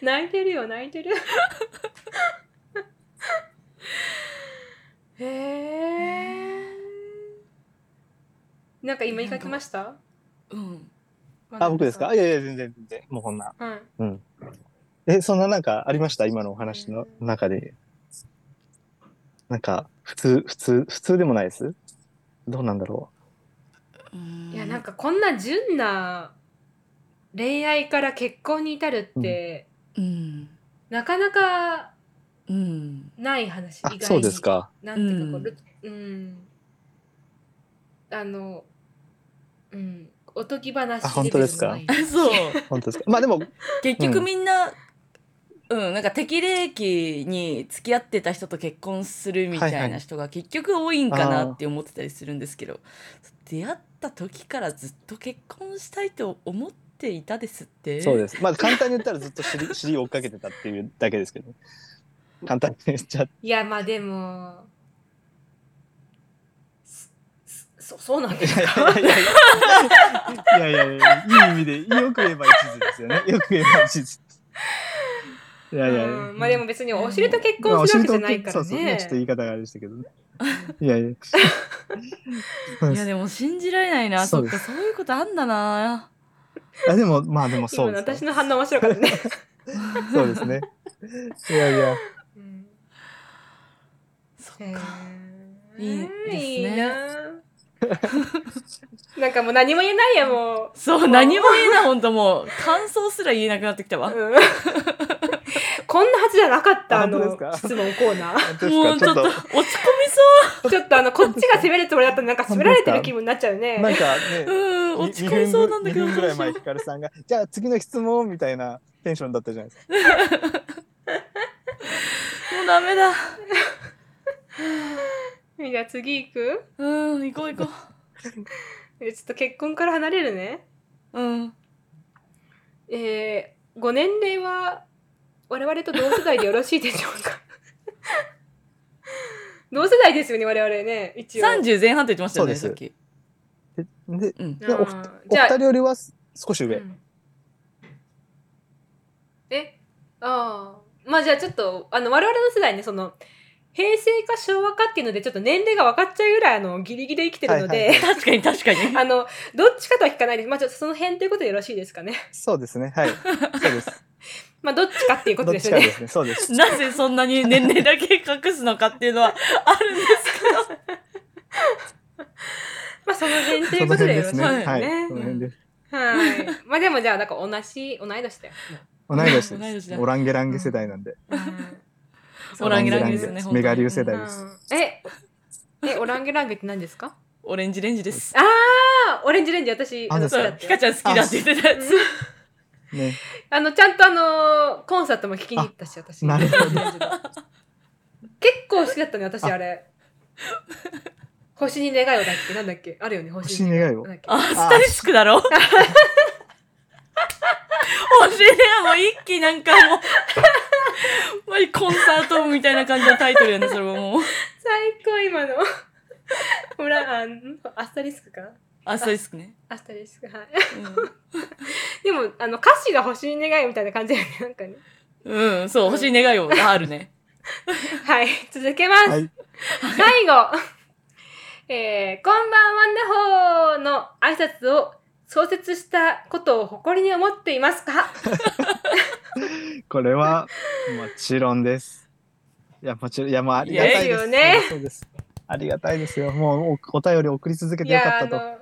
S1: う
S2: 泣いてるよ泣いてるへえなんか今言いかけました
S1: だうん
S3: あ僕ですかいやいや全然全然もうこんな
S2: うん
S3: え、そんななんかありました今のお話の中で。なんか、普通、普通、普通でもないですどうなんだろ
S1: うん
S2: いやなんかこんな純な恋愛から結婚に至るって、
S1: うん
S2: なかなか
S1: うん
S2: ない話
S3: う
S2: 意外に
S3: そうですか。
S2: なんていうかこ
S1: うん
S2: うルうん、あのうんおとぎ話
S3: あ本当ですか
S2: レベルのない
S1: そう
S3: 本当ですか。まあでも、
S1: 結
S3: う
S1: 局
S3: ん
S1: みんな、うん、なんか適齢期に付き合ってた人と結婚するみた
S3: は
S1: い
S3: いは
S1: ない人が結局多いんかな
S3: あー
S1: って思ってたりするんですけど、出会った時からずっと結婚したいと思っていたですって。
S3: そうです。まあ簡単に言ったらずっと尻、 <laughs> 尻を追っかけてたっていうだけですけど、簡単に言っちゃって。
S2: いやまあでもすすそそうなん
S3: <laughs>
S2: ですか
S3: <laughs> いやいやいやいや、いい意味で、よく言えば一途ですよね。よく言えば一途。いやいやいや
S2: うん、まあでも別にお尻と結
S3: まあ
S2: 婚
S3: お
S2: するわ
S3: 尻
S2: けじ
S3: と
S2: ゃないから
S3: そうそうまあ
S2: ね
S3: ちょっと言い方があれでしたけどね。いやいや。そう
S1: いや
S3: です
S1: でも信じられないな。
S3: そ
S1: そうっ
S3: です
S1: かそういうことあんだな。
S3: あでもまあでもそ
S2: 今
S3: う
S2: の
S3: です
S2: 私
S3: ね。
S2: の反応面白かったね、
S1: <laughs>
S3: そうですね。いやいや。
S2: うん
S1: そっ
S2: へ
S1: か。
S2: ー
S1: いいですね
S2: いいな <laughs> なんかもう何も言えないやも
S1: そう何も言えない本当もう感想すら言えなくなってきた
S2: う、
S1: わ。
S2: うん <laughs> こんなはずじゃなかったあ
S3: あ本当で
S2: の
S3: すか
S2: 質問コー <laughs> ナー
S1: もうちょっと落ち込み
S2: ちょっとあのこっちが責めるつもりだったらなんか責められてる気分になっちゃう
S3: な
S2: ね
S3: ん
S1: そ
S3: か
S1: う。
S3: ね、
S1: うん落ち込みそうなんだけど
S3: 2分ぐ
S1: ど
S3: ら
S1: うし
S3: い
S1: よ
S3: 前
S1: う
S3: ヒカルさんがじゃあ次の質問みたいなテンションだったじゃないですか。
S1: もうダメだ。
S2: じゃあ次行く
S1: うん行こう行こ
S2: えちょっと結婚から離れるね
S1: う。うん。
S2: えー、ご年齢は我々と同世代でよろしいでしょうか <laughs> 同世代ですよね我々ね一応
S1: 三十前半って言ってましたよね、さ
S3: そう
S1: っ
S3: で
S1: き。
S3: でで
S1: うん。
S2: あ
S1: い
S2: ー
S3: お二お
S2: じゃ
S3: 二
S2: あ
S3: 人よりは少し上。
S2: うんえああまあじゃあちょっとあの我々の世代ねその平成か昭和かっていうのでちょっと年齢が分かっちゃうぐらいあのギリギリで生きてるので、
S3: はいはい
S1: 確かに確かに。
S2: <laughs> あのどっちかとは聞かないですまあちょっとその辺ということでよろしいですかね <laughs>
S3: そうですね。はい。そ
S1: <laughs>
S3: うです。
S2: まあどっちかっていうこ
S3: <laughs> ど
S2: とで
S3: っ
S2: す
S3: ち
S2: よ
S3: か
S2: ね
S3: ですね。そうです。
S1: なぜそんなに年齢だけ隠すのかっていうのはあるんです
S2: まあその辺とい
S3: そうの
S2: ことで
S3: 辺で
S2: よろし
S3: す
S2: い
S3: ね。
S1: その辺
S2: です
S3: はい。
S2: ね
S3: その辺です。
S2: はい。まあでもじゃあなんか同じ同い年だよ。
S3: 同い年です。
S1: 同い年だ
S3: オランゲランゲ世代なんで。
S1: オランゲランゲですよね本当
S3: オランゲランゲ
S1: に
S3: メガ流世代
S2: うんえ <laughs> えオランゲランゲって何ですか？
S1: オレンジレンジです
S2: ああオレンジレンジ私
S3: あ
S2: の
S1: そ
S3: そう
S2: だ
S1: う
S2: っ
S1: ピ
S2: た
S1: カ
S2: よ
S1: ちゃん好きだって言ってたやつ
S3: ね。
S2: <laughs> あのちゃんとあのーコンサートも聞きに行ったし私。
S3: なるほど
S2: オレンジの結構好きだったね私
S3: あ
S2: あれ。星に願いをだっけなんだっけあるよね
S3: 星
S2: 星
S3: に
S2: に
S3: 願いを
S2: なんだっけ
S1: あスタリスクだろおしれやもう一気なんかもうまあコンサートみたいな感じのタイトルやねそれももう
S2: 最高今の。 <laughs> ほらあんアスタリスクか。
S1: あスタリスクね、
S2: アスタリスクはい。
S1: う
S2: でも、あの、歌詞が星に願いみたいな感じだよね、なんかね。
S1: ん、うん、そう欲しい願いをあるね
S2: はい、続けます。
S3: はい。
S2: 最後。 <laughs> えー、こんばんワンダホーの挨拶を創設したことを誇りに思っています
S3: <laughs>
S2: か
S3: これはもちろんです。いやもちろんいやもうありがたいです。
S2: いやですよね
S3: そうです。ありがたいですよ。もうおお便り送り続け
S2: い
S3: てよか
S2: や、
S3: っ
S2: あ
S3: たと
S2: の、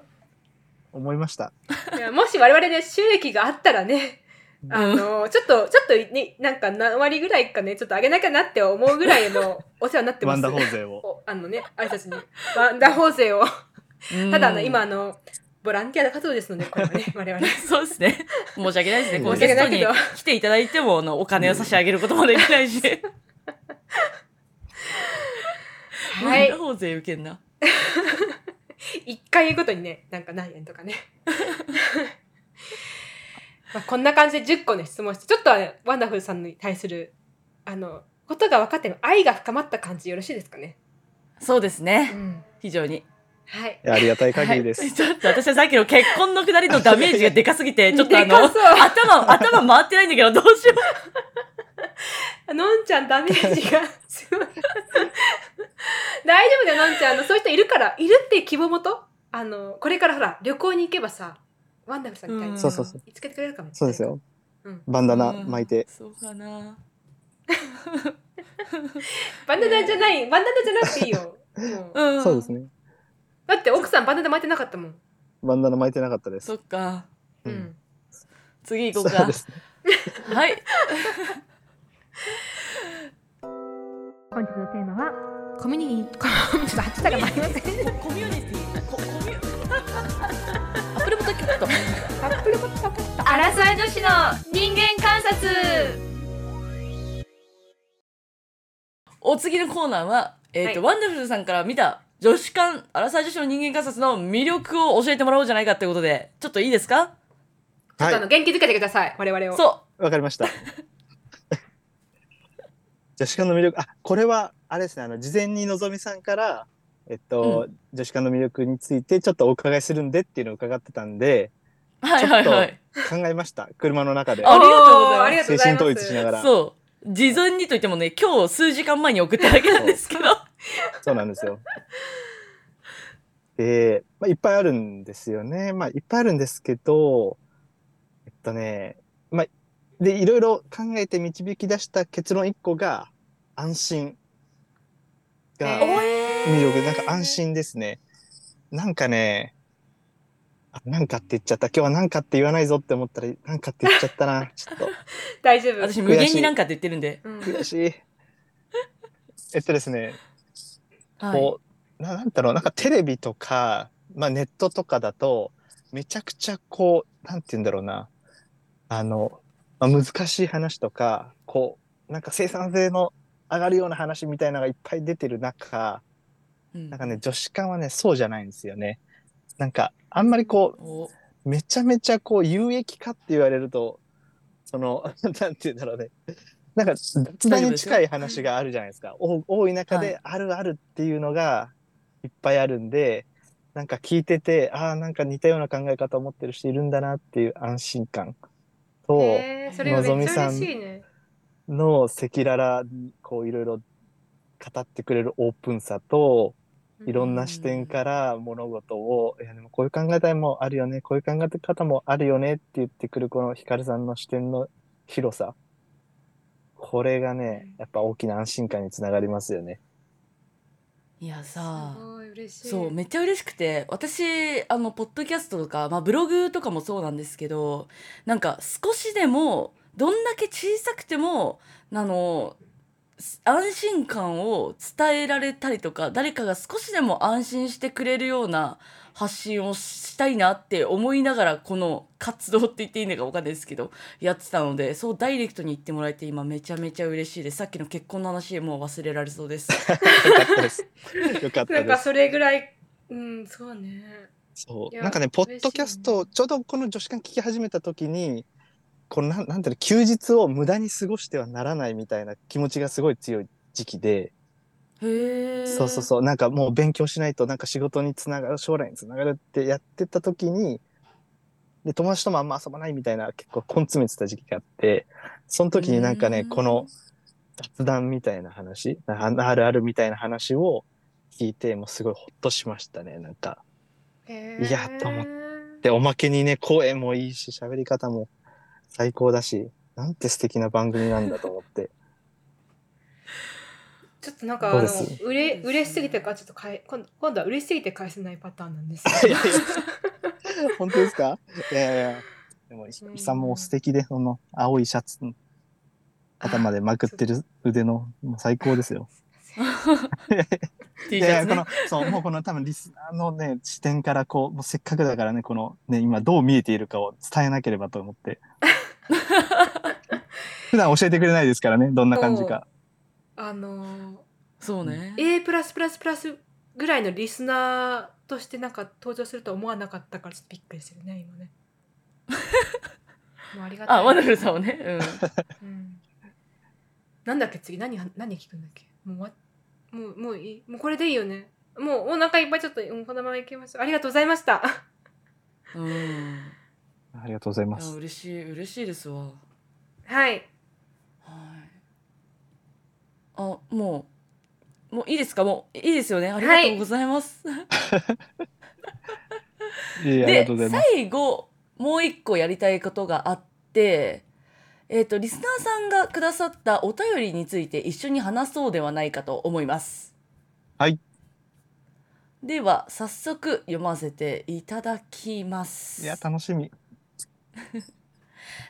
S3: 思いました。
S2: いやもし我々で収益があったらね、あの、ちょっと、ちょっと、ね、なんか何割ぐらいかね、ちょっと上げなきゃなって思うぐらい
S3: <laughs>
S2: のお世話になってま
S3: ワ
S2: す。
S3: ンダホー
S2: <laughs>
S3: ゼを。
S2: おあのね、挨拶に。ワンダホー勢を。
S1: うん
S2: ただあの、今あの、ボランティア活動ですので、これは
S3: <laughs>
S2: ね、我々。
S1: <laughs> そうですね申し訳ないですねこの
S3: 申し
S1: ゲ
S3: 訳
S1: ス
S2: な
S1: ト
S2: いけ
S1: に
S2: ど
S1: 来ていただいてもあのお金を差し上げることもできないし
S2: は
S1: はいい。大勢受けんな
S2: 一回ごとにね、なんか何円とかね。 <laughs> まあこんな感じで10個ね、質問して、ちょっとはね、ワンダフルさんに対する、あの、ことが分かっての愛が深まった感じよろしいですかね。
S1: そうですね
S2: ん。
S1: 非常に
S2: はい
S3: い。やありがたい限りです。
S1: ちょっと私はさっきの結婚のくだりのダメージがでかすぎてちょっとあ
S2: でか
S1: の
S2: そう
S1: 頭頭回ってないんだけどどうしよう
S2: あのんちゃんダメージがすごい。大丈夫だよ、のんちゃん。あの、そういう人いるから、いるっていう希望もと、あの、これからほら、旅行に行けばさ、ワンダフルさんみたいに、
S1: ん
S3: そうそうそう。
S2: 見つけてくれるかも。
S3: そうです。よ。
S2: うん
S3: バンダナ巻いて。
S1: そうかな
S2: バンダナじゃない、バンダナじゃなくていいよ。も
S1: う
S2: う
S1: ん
S3: そうですね。
S2: だって奥さんバンダナ巻いてなかったもん。
S3: バンダナ巻いてなかったです
S1: そ。っか
S2: う
S3: うん
S2: ん。
S1: 次行
S3: そ
S1: こうか
S3: うです。
S1: はい
S2: 本日のテーマはコミュニティちょっとハッシュタ <laughs> グもありません
S1: コミュニティココミュアップルポッドキャスト
S2: アップルポッドキャスト
S4: アラサー女子の人間観察
S1: お次のコーナーは、えーとワンダフルさんから見た女子間アラサー女子の人間観察の魅力を教えてもらおうじゃないかってことでちょっといいですか
S2: ちょっ
S3: はい
S2: とあの。元気づけてください我々を
S1: そ
S3: わかりました。 <laughs> 女子館の魅力、あ、これは、あれですね、あの、事前にのぞみさんから、えっと、女子館の魅力についてちょっとお伺いするんでっていうのを伺ってたんで、
S1: うはいはいはい
S3: 考えました。車の中で
S1: あ。りがとうございます
S2: おーありがとう
S3: 精
S2: ございま
S3: 神統一
S2: す
S3: しながら。そう
S1: そう事前にと言ってもね今日数時間前に送っただけなんですけど
S3: なんですよ。で、まあ、いっぱいあるんですよね。まあ、いっぱいあるんですけど、えっとね、まあ、で、いろいろ考えて導き出した結論一個が、安心が、
S2: えーお
S3: 魅力、なんか安心ですね。なんかね、あなんかって言っちゃった。今日はなんかって言わないぞって思ったら、なんかって言っちゃったな。ちょっと、
S2: 大丈夫
S1: 私無限になんかって言ってるんで、
S2: うん
S3: 悔しい。えっとですね、
S1: はい、
S3: こう、ななんだろう、なんかテレビとか、まあネットとかだと、めちゃくちゃこう、なんて言うんだろうな、あの、まあ、難しい話とか、こう、なんか生産性の上がるような話みたいなのがいっぱい出てる中、
S1: うん
S3: なんかね、女子館はね、そうじゃないんですよね。なんか、あんまりこ
S1: お
S3: う、めちゃめちゃこう、有益かって言われると、その、 <laughs> なんて言うんだろうね。なんか、雑談に近い話があるじゃないですか。お多い中
S1: は
S3: で、あるあるっていうのが、いっぱいあるんで、なんか聞いてて、ああ、なんか似たような考え方を持ってる人いるんだなっていう安心感と、
S2: へーそれがめっちゃ嬉しいね
S3: の赤裸々にこう、いろいろ語ってくれるオープンさと、いろんな視点から物事を、いやでもこういう考え方もあるよね、こういう考え方もあるよねって言ってくるこのヒカルさんの視点の広さ。これがね、やっぱ大きな安心感につながりますよね。
S1: いいやさ
S2: すごい嬉しい。
S1: そうめっちゃ嬉しくて私あのポッドキャストとか、まあ、ブログとかもそうなんですけどなんか少しでもどんだけ小さくてもあのす安心感を伝えられたりとか誰かが少しでも安心してくれるような発信をしたいなって思いながらこの活動って言っていいのか分かんないですけどやってたのでそうダイレクトに言ってもらえて今めちゃめちゃ嬉しいですさっきの結婚の話もう忘れられそう
S3: <laughs>
S1: です。
S3: よかったです。よかっ
S2: な
S3: た
S2: ん
S3: で
S2: か
S3: す。
S2: それぐらい、うん、そうね。
S3: そう。
S2: いや
S3: なんかね、ポッドキャストを、ちょうどこの女子館聞き始めた時に、このなん、なんていうの、休日を無駄に過ごしてはならないみたいな気持ちがすごい強い時期で、
S1: へえ。
S3: そうそうそう、なんかもう勉強しないと、なんか仕事につながる、将来につながるってやってた時に、で、友達ともあんま遊ばないみたいな、結構根詰めてた時期があって、その時になんか
S1: う
S3: ね、
S1: ん
S3: この雑談みたいな話、ああるあるみたいな話を聞いて、もうすごいほっとしましたね、なんか。
S2: へ。
S3: いやと思ってで、おまけにね、声もいいし、喋り方も最高だし、なんて素敵な番組なんだと思って。
S2: ちょっとなんか、あの
S3: そうで、
S2: うれ、うれしすぎてか、ちょっとかえ、今度、今度はうれしすぎて返せないパターンなんです。
S1: <laughs>
S3: いやいや <laughs> 本当ですかいやいやいや。でも、ひかりさんも素敵で、その青いシャツ、頭でまくってる腕の、もう最高ですよ。
S1: T
S3: い
S1: シャツね
S3: やいや、この、そう、もうこの多分リスナーのね、視点からこう、もうせっかくだからね、このね、今どう見えているかを伝えなければと
S1: <laughs>
S3: 思って。普段教えてくれないですからね、どんな感じか。
S2: あの
S1: そうね。
S2: ー、A プラスプラスプラスぐらいのリスナーとしてなんか登場するとは思わなかったからちょっとびっくりするね、今ね。もうありがたい。
S1: あ、ワンダフルさんをね。うん。
S2: うん。なんだっけ、次、何は、何聞くんだっけ。もうわ、もう、もういい、もうこれでいいよね。もうお腹いっぱいちょっと、うんこのままいきましょう。ありがとうございました。
S1: <laughs> うん。
S3: ありがとうございま
S1: いや
S3: す。
S1: 嬉しい嬉しいですわ。はい。
S2: はい。
S1: あ、もうもういいですか。もういいですよね。ありがとうございます。
S3: いやいやありがとうございます。
S1: 最後もう一個やりたいことがあって。えっとリスナーさんがくださったお便りについて一緒に話そうではないかと思います。
S3: はい。
S1: では早速読ませていただきます。
S3: いや、楽しみ。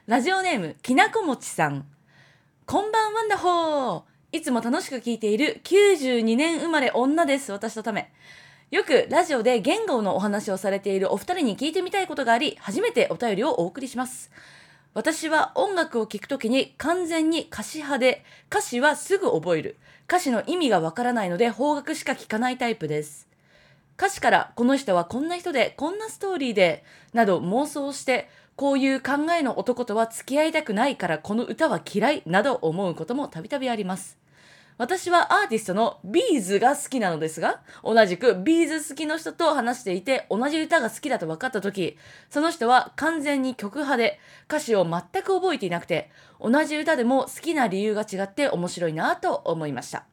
S1: ラジオネームきなこもちさんこんばんワンダホーいつも楽しく聞いている92年生まれ女です私のためよくラジオで言語のお話をされているお二人に聞いてみたいことがあり初めてお便りをお送りします私は音楽を聴くときに完全に歌詞派で歌詞はすぐ覚える歌詞の意味がわからないので方角しか聞かないタイプです歌詞からこの人はこんな人でこんなストーリーでなど妄想してこういう考えの男とは付き合いたくないからこの歌は嫌いなど思うこともたびたびあります。私はアーティストのビーズが好きなのですが、同じくビーズ好きの人と話していて同じ歌が好きだと分かった時、その人は完全に曲派で歌詞を全く覚えていなくて、同じ歌でも好きな理由が違って面白いなと思いました。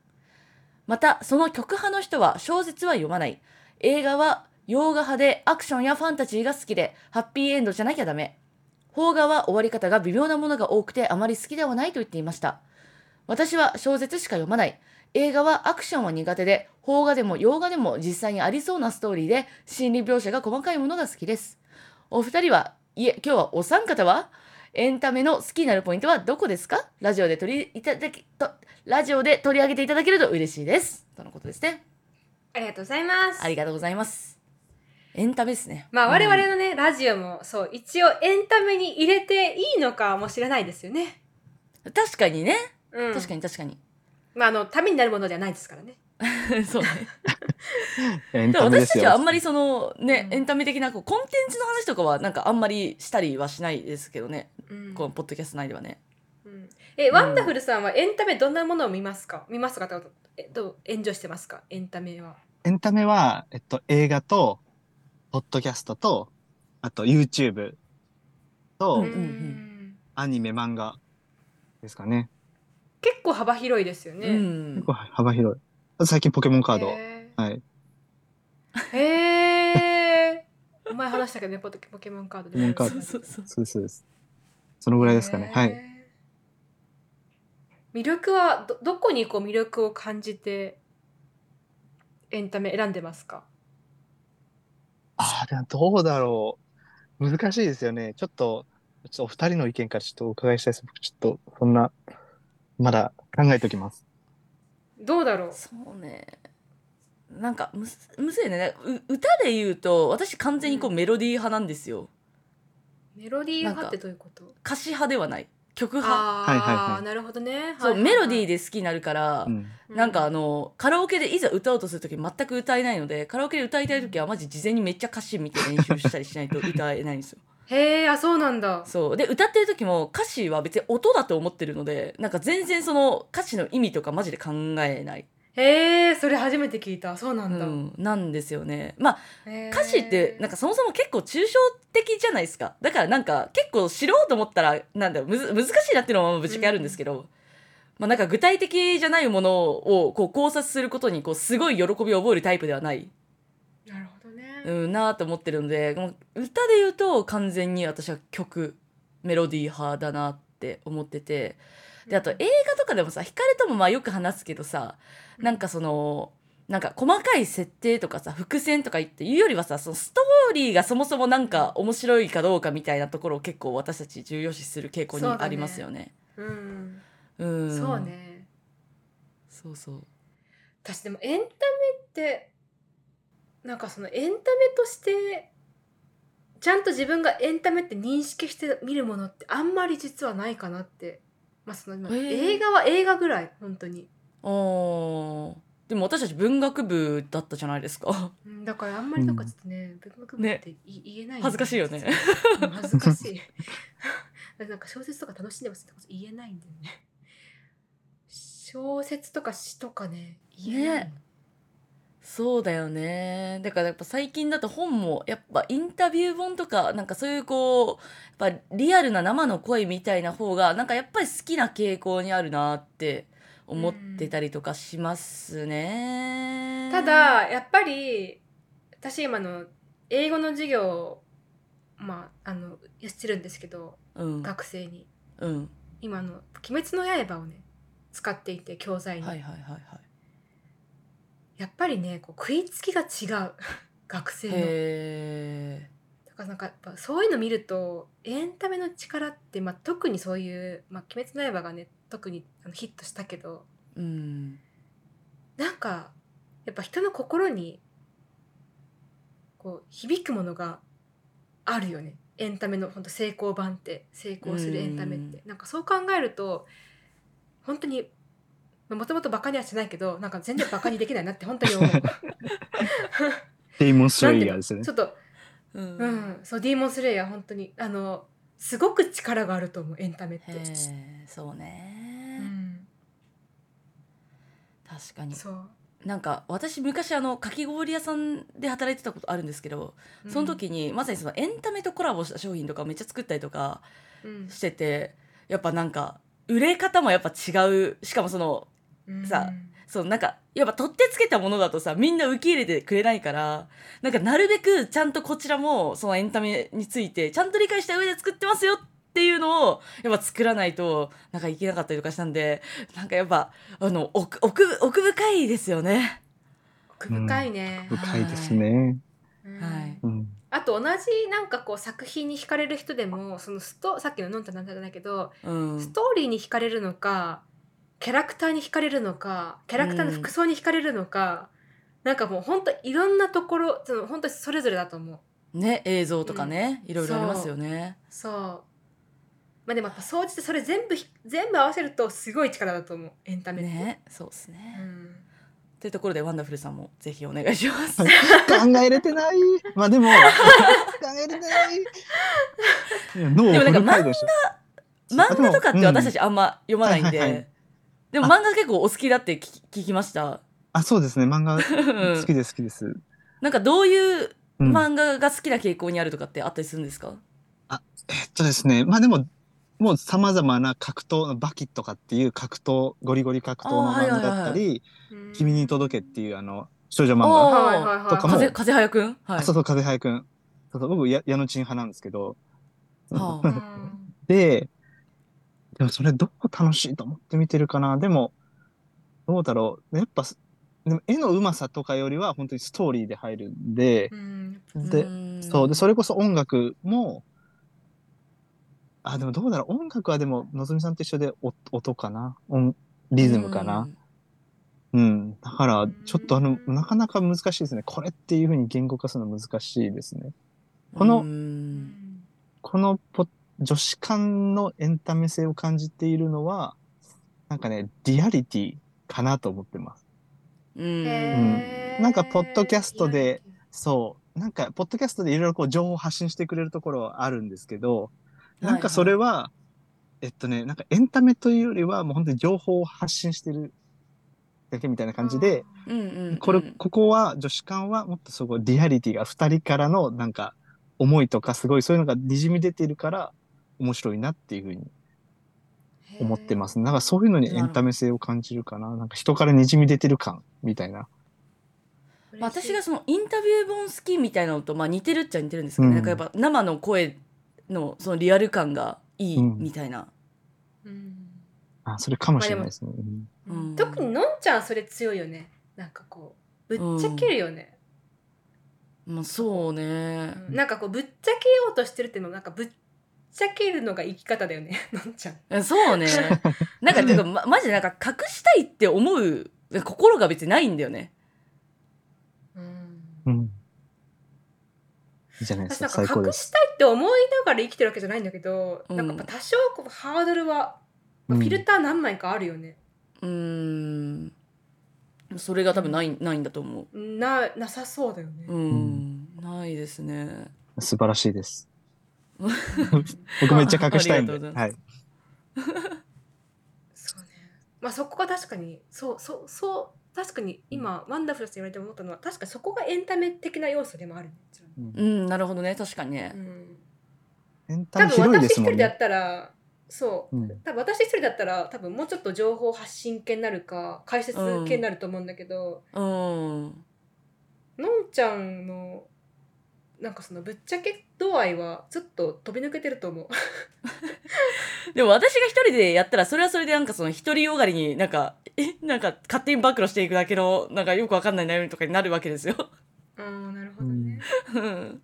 S1: また、その曲派の人は小説は読まない。映画は洋画派でアクションやファンタジーが好きで、ハッピーエンドじゃなきゃダメ。邦画は終わり方が微妙なものが多くてあまり好きではないと言っていました。私は小説しか読まない。映画はアクションは苦手で、邦画でも洋画でも実際にありそうなストーリーで、心理描写が細かいものが好きです。お二人は、いえ、今日はお三方はエンタメの好きになるポイントはどこですかラジオで取りいただきと、ラジオで取り上げていただけると嬉しいです。とのことですね。
S2: ありがとうございます。
S1: ありがとうございます。エンタメですね。
S2: まあ我々
S1: うん
S2: のね、ラジオもそう一応エンタメに入れていいのかもしれないですよね。
S1: 確かにね。
S2: うん、
S1: 確か
S2: に。
S1: に確かに。
S2: まああのためになるものじゃないですからね。
S1: そうね。
S3: エン
S1: でも
S3: タメで
S1: 私た
S3: す
S1: ちはあ
S3: よ
S1: ん。まりそのね、
S2: うん
S1: エンタメ的なこうコンテンツの話とかはなんかあんまりしたりはしないですけどね、
S2: うん
S1: このポッドキャスト内ではね。
S2: うん、え、ワンダフルさんはエンタメどんなものを見ますか見ますかってことえどう援助してますかエンタメは。
S3: エンタメは、えっと、映画と、ポッドキャストと、あと YouTube と、
S1: うんうんうん
S3: アニメ、漫画ですかね。
S2: 結構幅広いですよね。
S1: うん
S3: 結構幅広い。最近ポケモンカード。
S2: へ
S3: はい。
S2: ーへー。前話したけどね、ポケポケモンカードで。
S3: ポケモンカー
S1: そ
S3: ド
S1: うそうそう。
S3: そうです、そうです。そのぐらいですかね。はい。
S2: い。魅力はどどこにこう魅力を感じてエンタメ選んでますか
S3: ああ、でもどうだろう。難しいですよね。ちょっと、ちょっとお二人の意見からちょっとお伺いしたいです。僕ちょっと、そんな、まだ考えておきます。
S2: どうだろう
S1: そうねなんかむずむずいねう歌で言うと私完全にこうメロディー派なんですよ
S2: メロディー派ってどういうこと
S1: 歌詞派ではない曲派
S2: あ
S3: はい
S2: あ、
S3: はいはい
S2: なるほどね。
S1: そうメロディー
S2: で、
S1: で好きになるから、
S3: うん。
S1: なんかあのカラオケでいざ歌おうとする時全く歌えないのでカラオケで歌いたい時はマジ事前にめっちゃ歌詞見て練習したりしないと歌えないんですよ
S2: へえ、あ、そうなんだ。
S1: そうで歌ってる時も歌詞は別に音だと思ってるのでなんか全然その歌詞の意味とかマジで考えない、
S2: へえ、それ初めて聞いた。そうな
S1: うん
S2: だ。
S1: ん、なんですよねまあ
S2: へー
S1: 歌詞ってなんかそもそも結構抽象的じゃないですかだからなんか結構知ろうと思ったらなんだろうむず難しいなっていうのはぶっちゃけあるんですけど、まあ、なんか具体的じゃないものをこう考察することにこうすごい喜びを覚えるタイプではない、
S2: なるほどね。
S1: うん、なぁと思ってるのでもう歌で言うと完全に私は曲メロディー派だなって思っててであと映画とかでもさ光ともまあよく話すけどさなんかそのなんか細かい設定とかさ伏線とか言っていうよりはさそのストーリーがそもそもなんか面白いかどうかみたいなところを結構私たち重要視する傾向に
S2: そうだね
S1: ありますよね。
S2: うん、
S1: う
S2: うん
S1: ん
S2: そうね。
S1: そうそう
S2: 私でもエンタメってなんかそのエンタメとしてちゃんと自分がエンタメって認識して見るものってあんまり実はないかなって。まあその今
S1: へー
S2: 映画は映画ぐらい本当に。
S1: あーでも私たち文学部だったじゃないですか
S2: うんだからあんまりなんかちょっとね、文学部ってい言えない、
S1: 恥ずかしいよね。
S2: うん恥ずかしい。 <laughs> なんか小説とか楽しんでますってこと言えないんだよね。小説とか詩とかね、言えない。
S1: ねそうだよねだからやっぱ最近だと本もやっぱインタビュー本とかなんかそういうこうやっぱリアルな生の声みたいな方がなんかやっぱり好きな傾向にあるなって思ってたりとかしますね。
S2: ただやっぱり私今の英語の授業をまああのやってるんですけど
S1: うん、
S2: 学生に
S1: うん、
S2: 今あの「鬼滅の刃」をね使っていて教材に、
S1: はいはいはいはい。
S2: やっぱりねこう食いつきが違う <laughs> 学生の
S1: へ
S2: だからなんかやっぱそういうの見るとエンタメの力って、まあ、特にそういう「まあ、鬼滅の刃」がね特にあのヒットしたけど
S1: ーうん
S2: なんかやっぱ人の心にこう響くものがあるよねエンタメの本当成功版って成功するエンタメってなんかそう考えると本当にもともとバカにはしてないけどなんか全然バカにできないなって本当に思う
S3: デイモンス
S2: な
S3: レ
S2: んて
S3: イ
S2: い
S3: ヤ
S2: うの
S3: ーですよね
S2: ち。ょっと
S1: うん
S2: う
S1: うん
S2: んそうディーモンスレイヤー本当にあのすごく力があると思うエンタメっ
S1: へ
S2: て、
S1: ーそう
S2: う
S1: ね、
S2: ん、
S1: 確かに
S2: そう
S1: なんか私昔あのかき氷屋さんで働いてたことあるんですけどその、時にまさにそのエンタメとコラボした商品とかめっちゃ作ったりとか
S2: うん
S1: しててやっぱなんか売れ方もやっぱ違うしかもその
S2: うん
S1: さそのなんかやっぱ取ってつけたものだとさみんな受け入れてくれないからなんかなるべくちゃんとこちらもそのエンタメについてちゃんと理解した上で作ってますよっていうのをやっぱ作らないとなんかいけなかったりとかしたんでなんかやっぱあの奥奥奥深いですよね。
S2: 奥深いね、
S3: 深いですね。
S2: うん
S1: はい
S3: うん。
S2: あと同じなんかこう作品に惹かれる人でもそのストさっきののんたなんただけど、
S1: うん、
S2: ストーリーに惹かれるのかキャラクターに惹かれるのかキャラクターの服装に惹かれるのか、なんかもうほんといろんなところその本当それぞれだと思う
S1: ね映像とかね、いろいろありますよね。
S2: そうまあでもやっぱ総じてそれ全部ひ全部合わせるとすごい力だと思うエンタメって、
S1: ねそうです
S2: う
S1: ね。
S2: ん、
S1: というところでワンダフルさんもぜひお願いします。
S3: 考えれてない。まあでも、考えれてない。脳を
S1: でもなんか
S3: フル回路し
S1: <laughs> 漫画とかって私た
S3: ち。
S1: ちあんま読まないん
S3: はいはいはい
S1: で。でも漫画結構お好きだって聞き聞きました。
S3: あ、そうですね。漫画
S1: うん
S3: 好きです、好きです。
S1: <laughs> なんかどういう
S3: うん
S1: 漫画が好きな傾向にあるとかってあったりするんですか
S3: えっとですね、まあでも、もうさまざまな格闘、バキとかっていう格闘、ゴリゴリ格闘の
S1: あーはい
S3: 漫
S1: は
S3: 画
S1: いはい
S3: だったり、
S2: うん
S3: 君に届けっていうあの少女漫
S1: お
S3: 画、
S1: ー
S2: はいはいはい
S3: とかも
S1: 風風早くんは
S3: あ
S1: い
S3: そう。そう、風早くん。そうそう僕、や矢野ちん派なんですけど、
S1: は
S2: う
S1: あ
S2: ん
S3: で、でもそれどう楽しいと思って見てるかな。でも、どうだろう。やっぱ、でも絵のうまさとかよりは本当にストーリーで入るんで
S2: う、ん
S3: で、そうでそれこそ音楽もあでもどうだろう音楽はでものぞみさんと一緒でお音かな音リズムかな、うんだからちょっとあのなかなか難しいですねこれっていうふうに言語化するの難しいですねこの
S1: うん
S3: このポ女子間のエンタメ性を感じているのはなんかねリアリティかなと思ってます
S1: うん
S2: へー
S3: なんかポッドキャストでそうなんかポッドキャストでいろいろこう情報を発信してくれるところはあるんですけどなんかそれは、えっとね、なんかエンタメというよりは、もう本当に情報を発信してるだけみたいな感じで、
S1: うんうんうん
S3: これ、ここは、女子間はもっとすごいリアリティが二人からのなんか思いとかすごいそういうのが滲み出ているから面白いなっていうふうに思ってますす。なんかそういうのにエンタメ性を感じるかな。なんか人から滲み出てる感みたいな。
S1: まあ私がそのインタビュー本好きみたいなのとまあ似てるっちゃ似てるんですけど、
S3: うん
S1: なんかやっぱ生の声のそのリアル感がいい
S3: うん
S1: みたいな、
S2: うん
S3: あ、それかもしれないですね。うん
S1: うん
S2: 特にのんちゃんそれ強いよねなんかこうぶっちゃけるよね、
S1: まあそうね、
S2: うんなんかこうぶっちゃけようとしてるっていうのもなんかぶっちゃけるのが生き方だよね <laughs> のんちゃん
S1: えそう <laughs> ねなんかていうかまマジでなんか隠したいって思う心が別にないんだよね
S3: うん。いいじゃないで
S2: 私
S3: す
S2: な
S3: か。
S2: んか
S3: 最高で
S2: 隠
S3: す。
S2: したいって思いながら生きてるわけじゃないんだけど、
S1: うん
S2: なんかやっぱ多少こうハードルは、まあ
S3: うん
S2: フィルター何枚かあるよね、
S1: うーんそれが多分ないないんだと思
S2: ななさそうだよね、
S3: <laughs>
S1: ううん、ないですね
S3: 素晴らしいです。
S2: うん
S3: 僕めっちゃ隠したいん <laughs>
S1: あありがとうご
S3: で。
S1: ざいます
S3: はい。
S2: そうねまあそこが確かにそうそうそう確かに今、ワンダフルスって言われて思ったのは確かにそこがエンタメ的な要素でもあるね、
S3: うん
S1: うんなるほどね確かにね
S2: うん、
S3: エン
S2: 多
S3: タメ
S2: 分
S3: 広い
S2: 私
S3: で
S2: 一
S3: すも
S2: 人
S3: ん
S2: だ
S3: ね
S2: っ。たらそう
S3: うん
S2: 多分私一人だったら多分もうちょっと情報発信系になるか解説系になると思うんだけど、
S1: うん
S2: のんちゃんのなんかそのぶっちゃけ度合いはちょっと飛び抜けてると思う
S1: でも私が一人でやったらそれはそれでなんかその独りよがりになんかえなんか勝手に暴露していくだけのなんかよくわかんない悩みとかになるわけですよ。
S2: ああなるほどね、
S3: うん。
S1: うん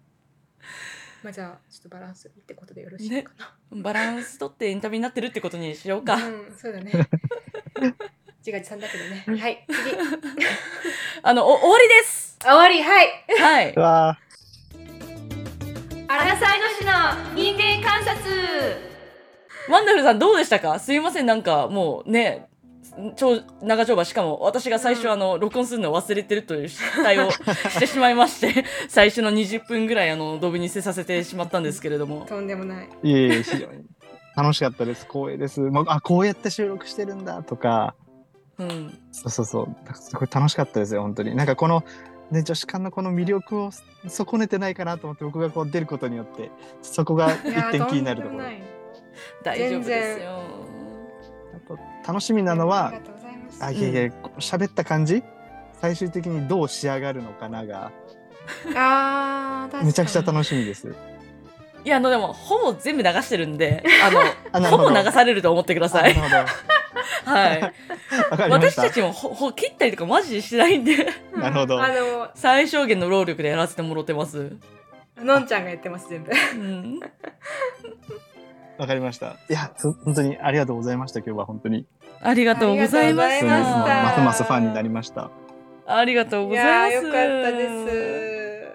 S2: まあじゃあちょっとバランスってことでよろしいか
S1: バランスとってエンタメになってるってことにしよう
S2: な、
S1: か。
S2: うんそうだね自画自賛だけどねはい次
S1: あのお終わり <laughs> です。
S2: 終わりはい
S1: はいう
S3: わー
S4: アラサイの市の人間観察
S1: ワンダフルさんどうでしたか。すいませんなんかもうね。長長丁場しかも私が最初あの録音するのを忘れてるという失態を <laughs> してしまいまして最初の20分ぐらいあのドブに捨てさせてしまったんですけれども
S2: とんでもない
S3: いえいえ、非常に楽しかったです。光栄です。まあ、あこうやって収録してるんだとか、
S1: うん
S3: そうそうそう、なんかこれ楽しかったですよ、本当に。なんかこの、ね、女子間のこの魅力を損ねてないかなと思って、僕がこう出ることによって、そこが
S2: <laughs> いや
S3: 一
S2: ー
S3: 点
S2: と
S3: 気
S2: ん
S3: にな
S2: で
S3: ると
S2: も
S3: ころ。
S2: な
S3: あ
S2: い
S1: 大丈夫ですよ。
S3: と楽しみなの
S2: ありが
S3: は、
S2: とうございます
S3: あ、いえいえ、こう喋った感じ最終的にどう仕上がるのかなが、
S2: あー確かに
S3: めちゃくちゃ楽しみです。
S1: いやあのでもほぼ全部流してるんであ
S3: <laughs> あ
S1: の
S3: なる
S1: ほ
S3: ほ
S1: ぼ
S3: ど
S1: 流されると思ってください
S3: あ。なる
S1: はい、
S3: ほど。わかりま
S1: 私
S3: した。
S1: たちもほほ切ったりとかマジでし
S3: <laughs>
S1: ないんで
S3: なるほど
S2: あの
S1: 最小限の労力でやらせてもろてます。
S2: のんちゃんがやってます全部
S1: うん、
S3: わかりました。いや、そ本当にありがとうございました。今日は本当に。
S1: ありがとうございま
S2: あ
S1: し
S2: り
S3: そう
S2: が
S3: です
S2: とうござい
S1: た。
S2: ま
S3: ま
S2: した
S3: すますファンになりました。
S1: ありがとうございます。。
S2: やーよかったで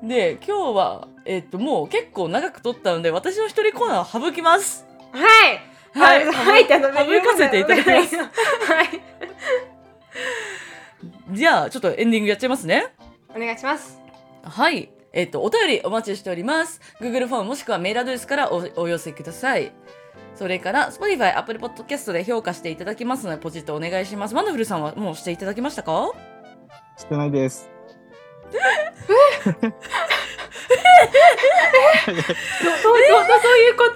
S2: す
S1: で今日はえっともう結構長く撮ったので私の一人コーナーを省きます。
S2: すはい
S1: はい
S2: はいあの
S1: 省かせていただきます
S2: はい
S1: じゃあちょっとエンディングやっちゃいますね。
S2: お願いします
S1: はい。えっと、お便りお待ちしております。Google フォームもしくはメールアドレスからおお寄せください。それから、Spotify、Apple Podcast で評価していただきますので、ポチッとお願いします。ワンダフルさんはもうしていただきましたか
S3: してないです。
S2: どどどどういう <laughs> こと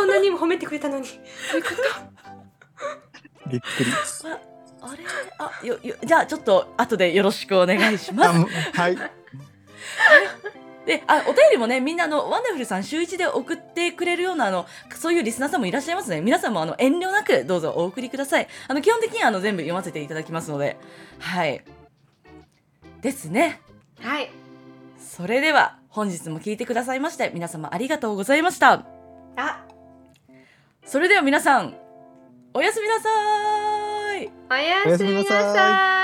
S2: こんなにも褒めてくれたのにどういうこと
S3: びっくり。
S1: あれあ、よ、よ、じゃあちょっと後でよろしくお願いします。
S3: あもうはい。
S1: であお便りもねみんなあのワンダフルさん週一で送ってくれるようなあのそういうリスナーさんもいらっしゃいますね皆さんもあの遠慮なくどうぞお送りくださいあの基本的にはあの全部読ませていただきますのではいですね
S2: はい。
S1: それでは本日も聞いてくださいまして皆様ありがとうございました
S2: あ、
S1: それでは皆さんおやすみなさーい
S2: おや
S3: おや
S2: す
S3: す
S2: み
S3: み
S2: な
S3: な
S2: さ
S3: さ
S2: い。
S3: い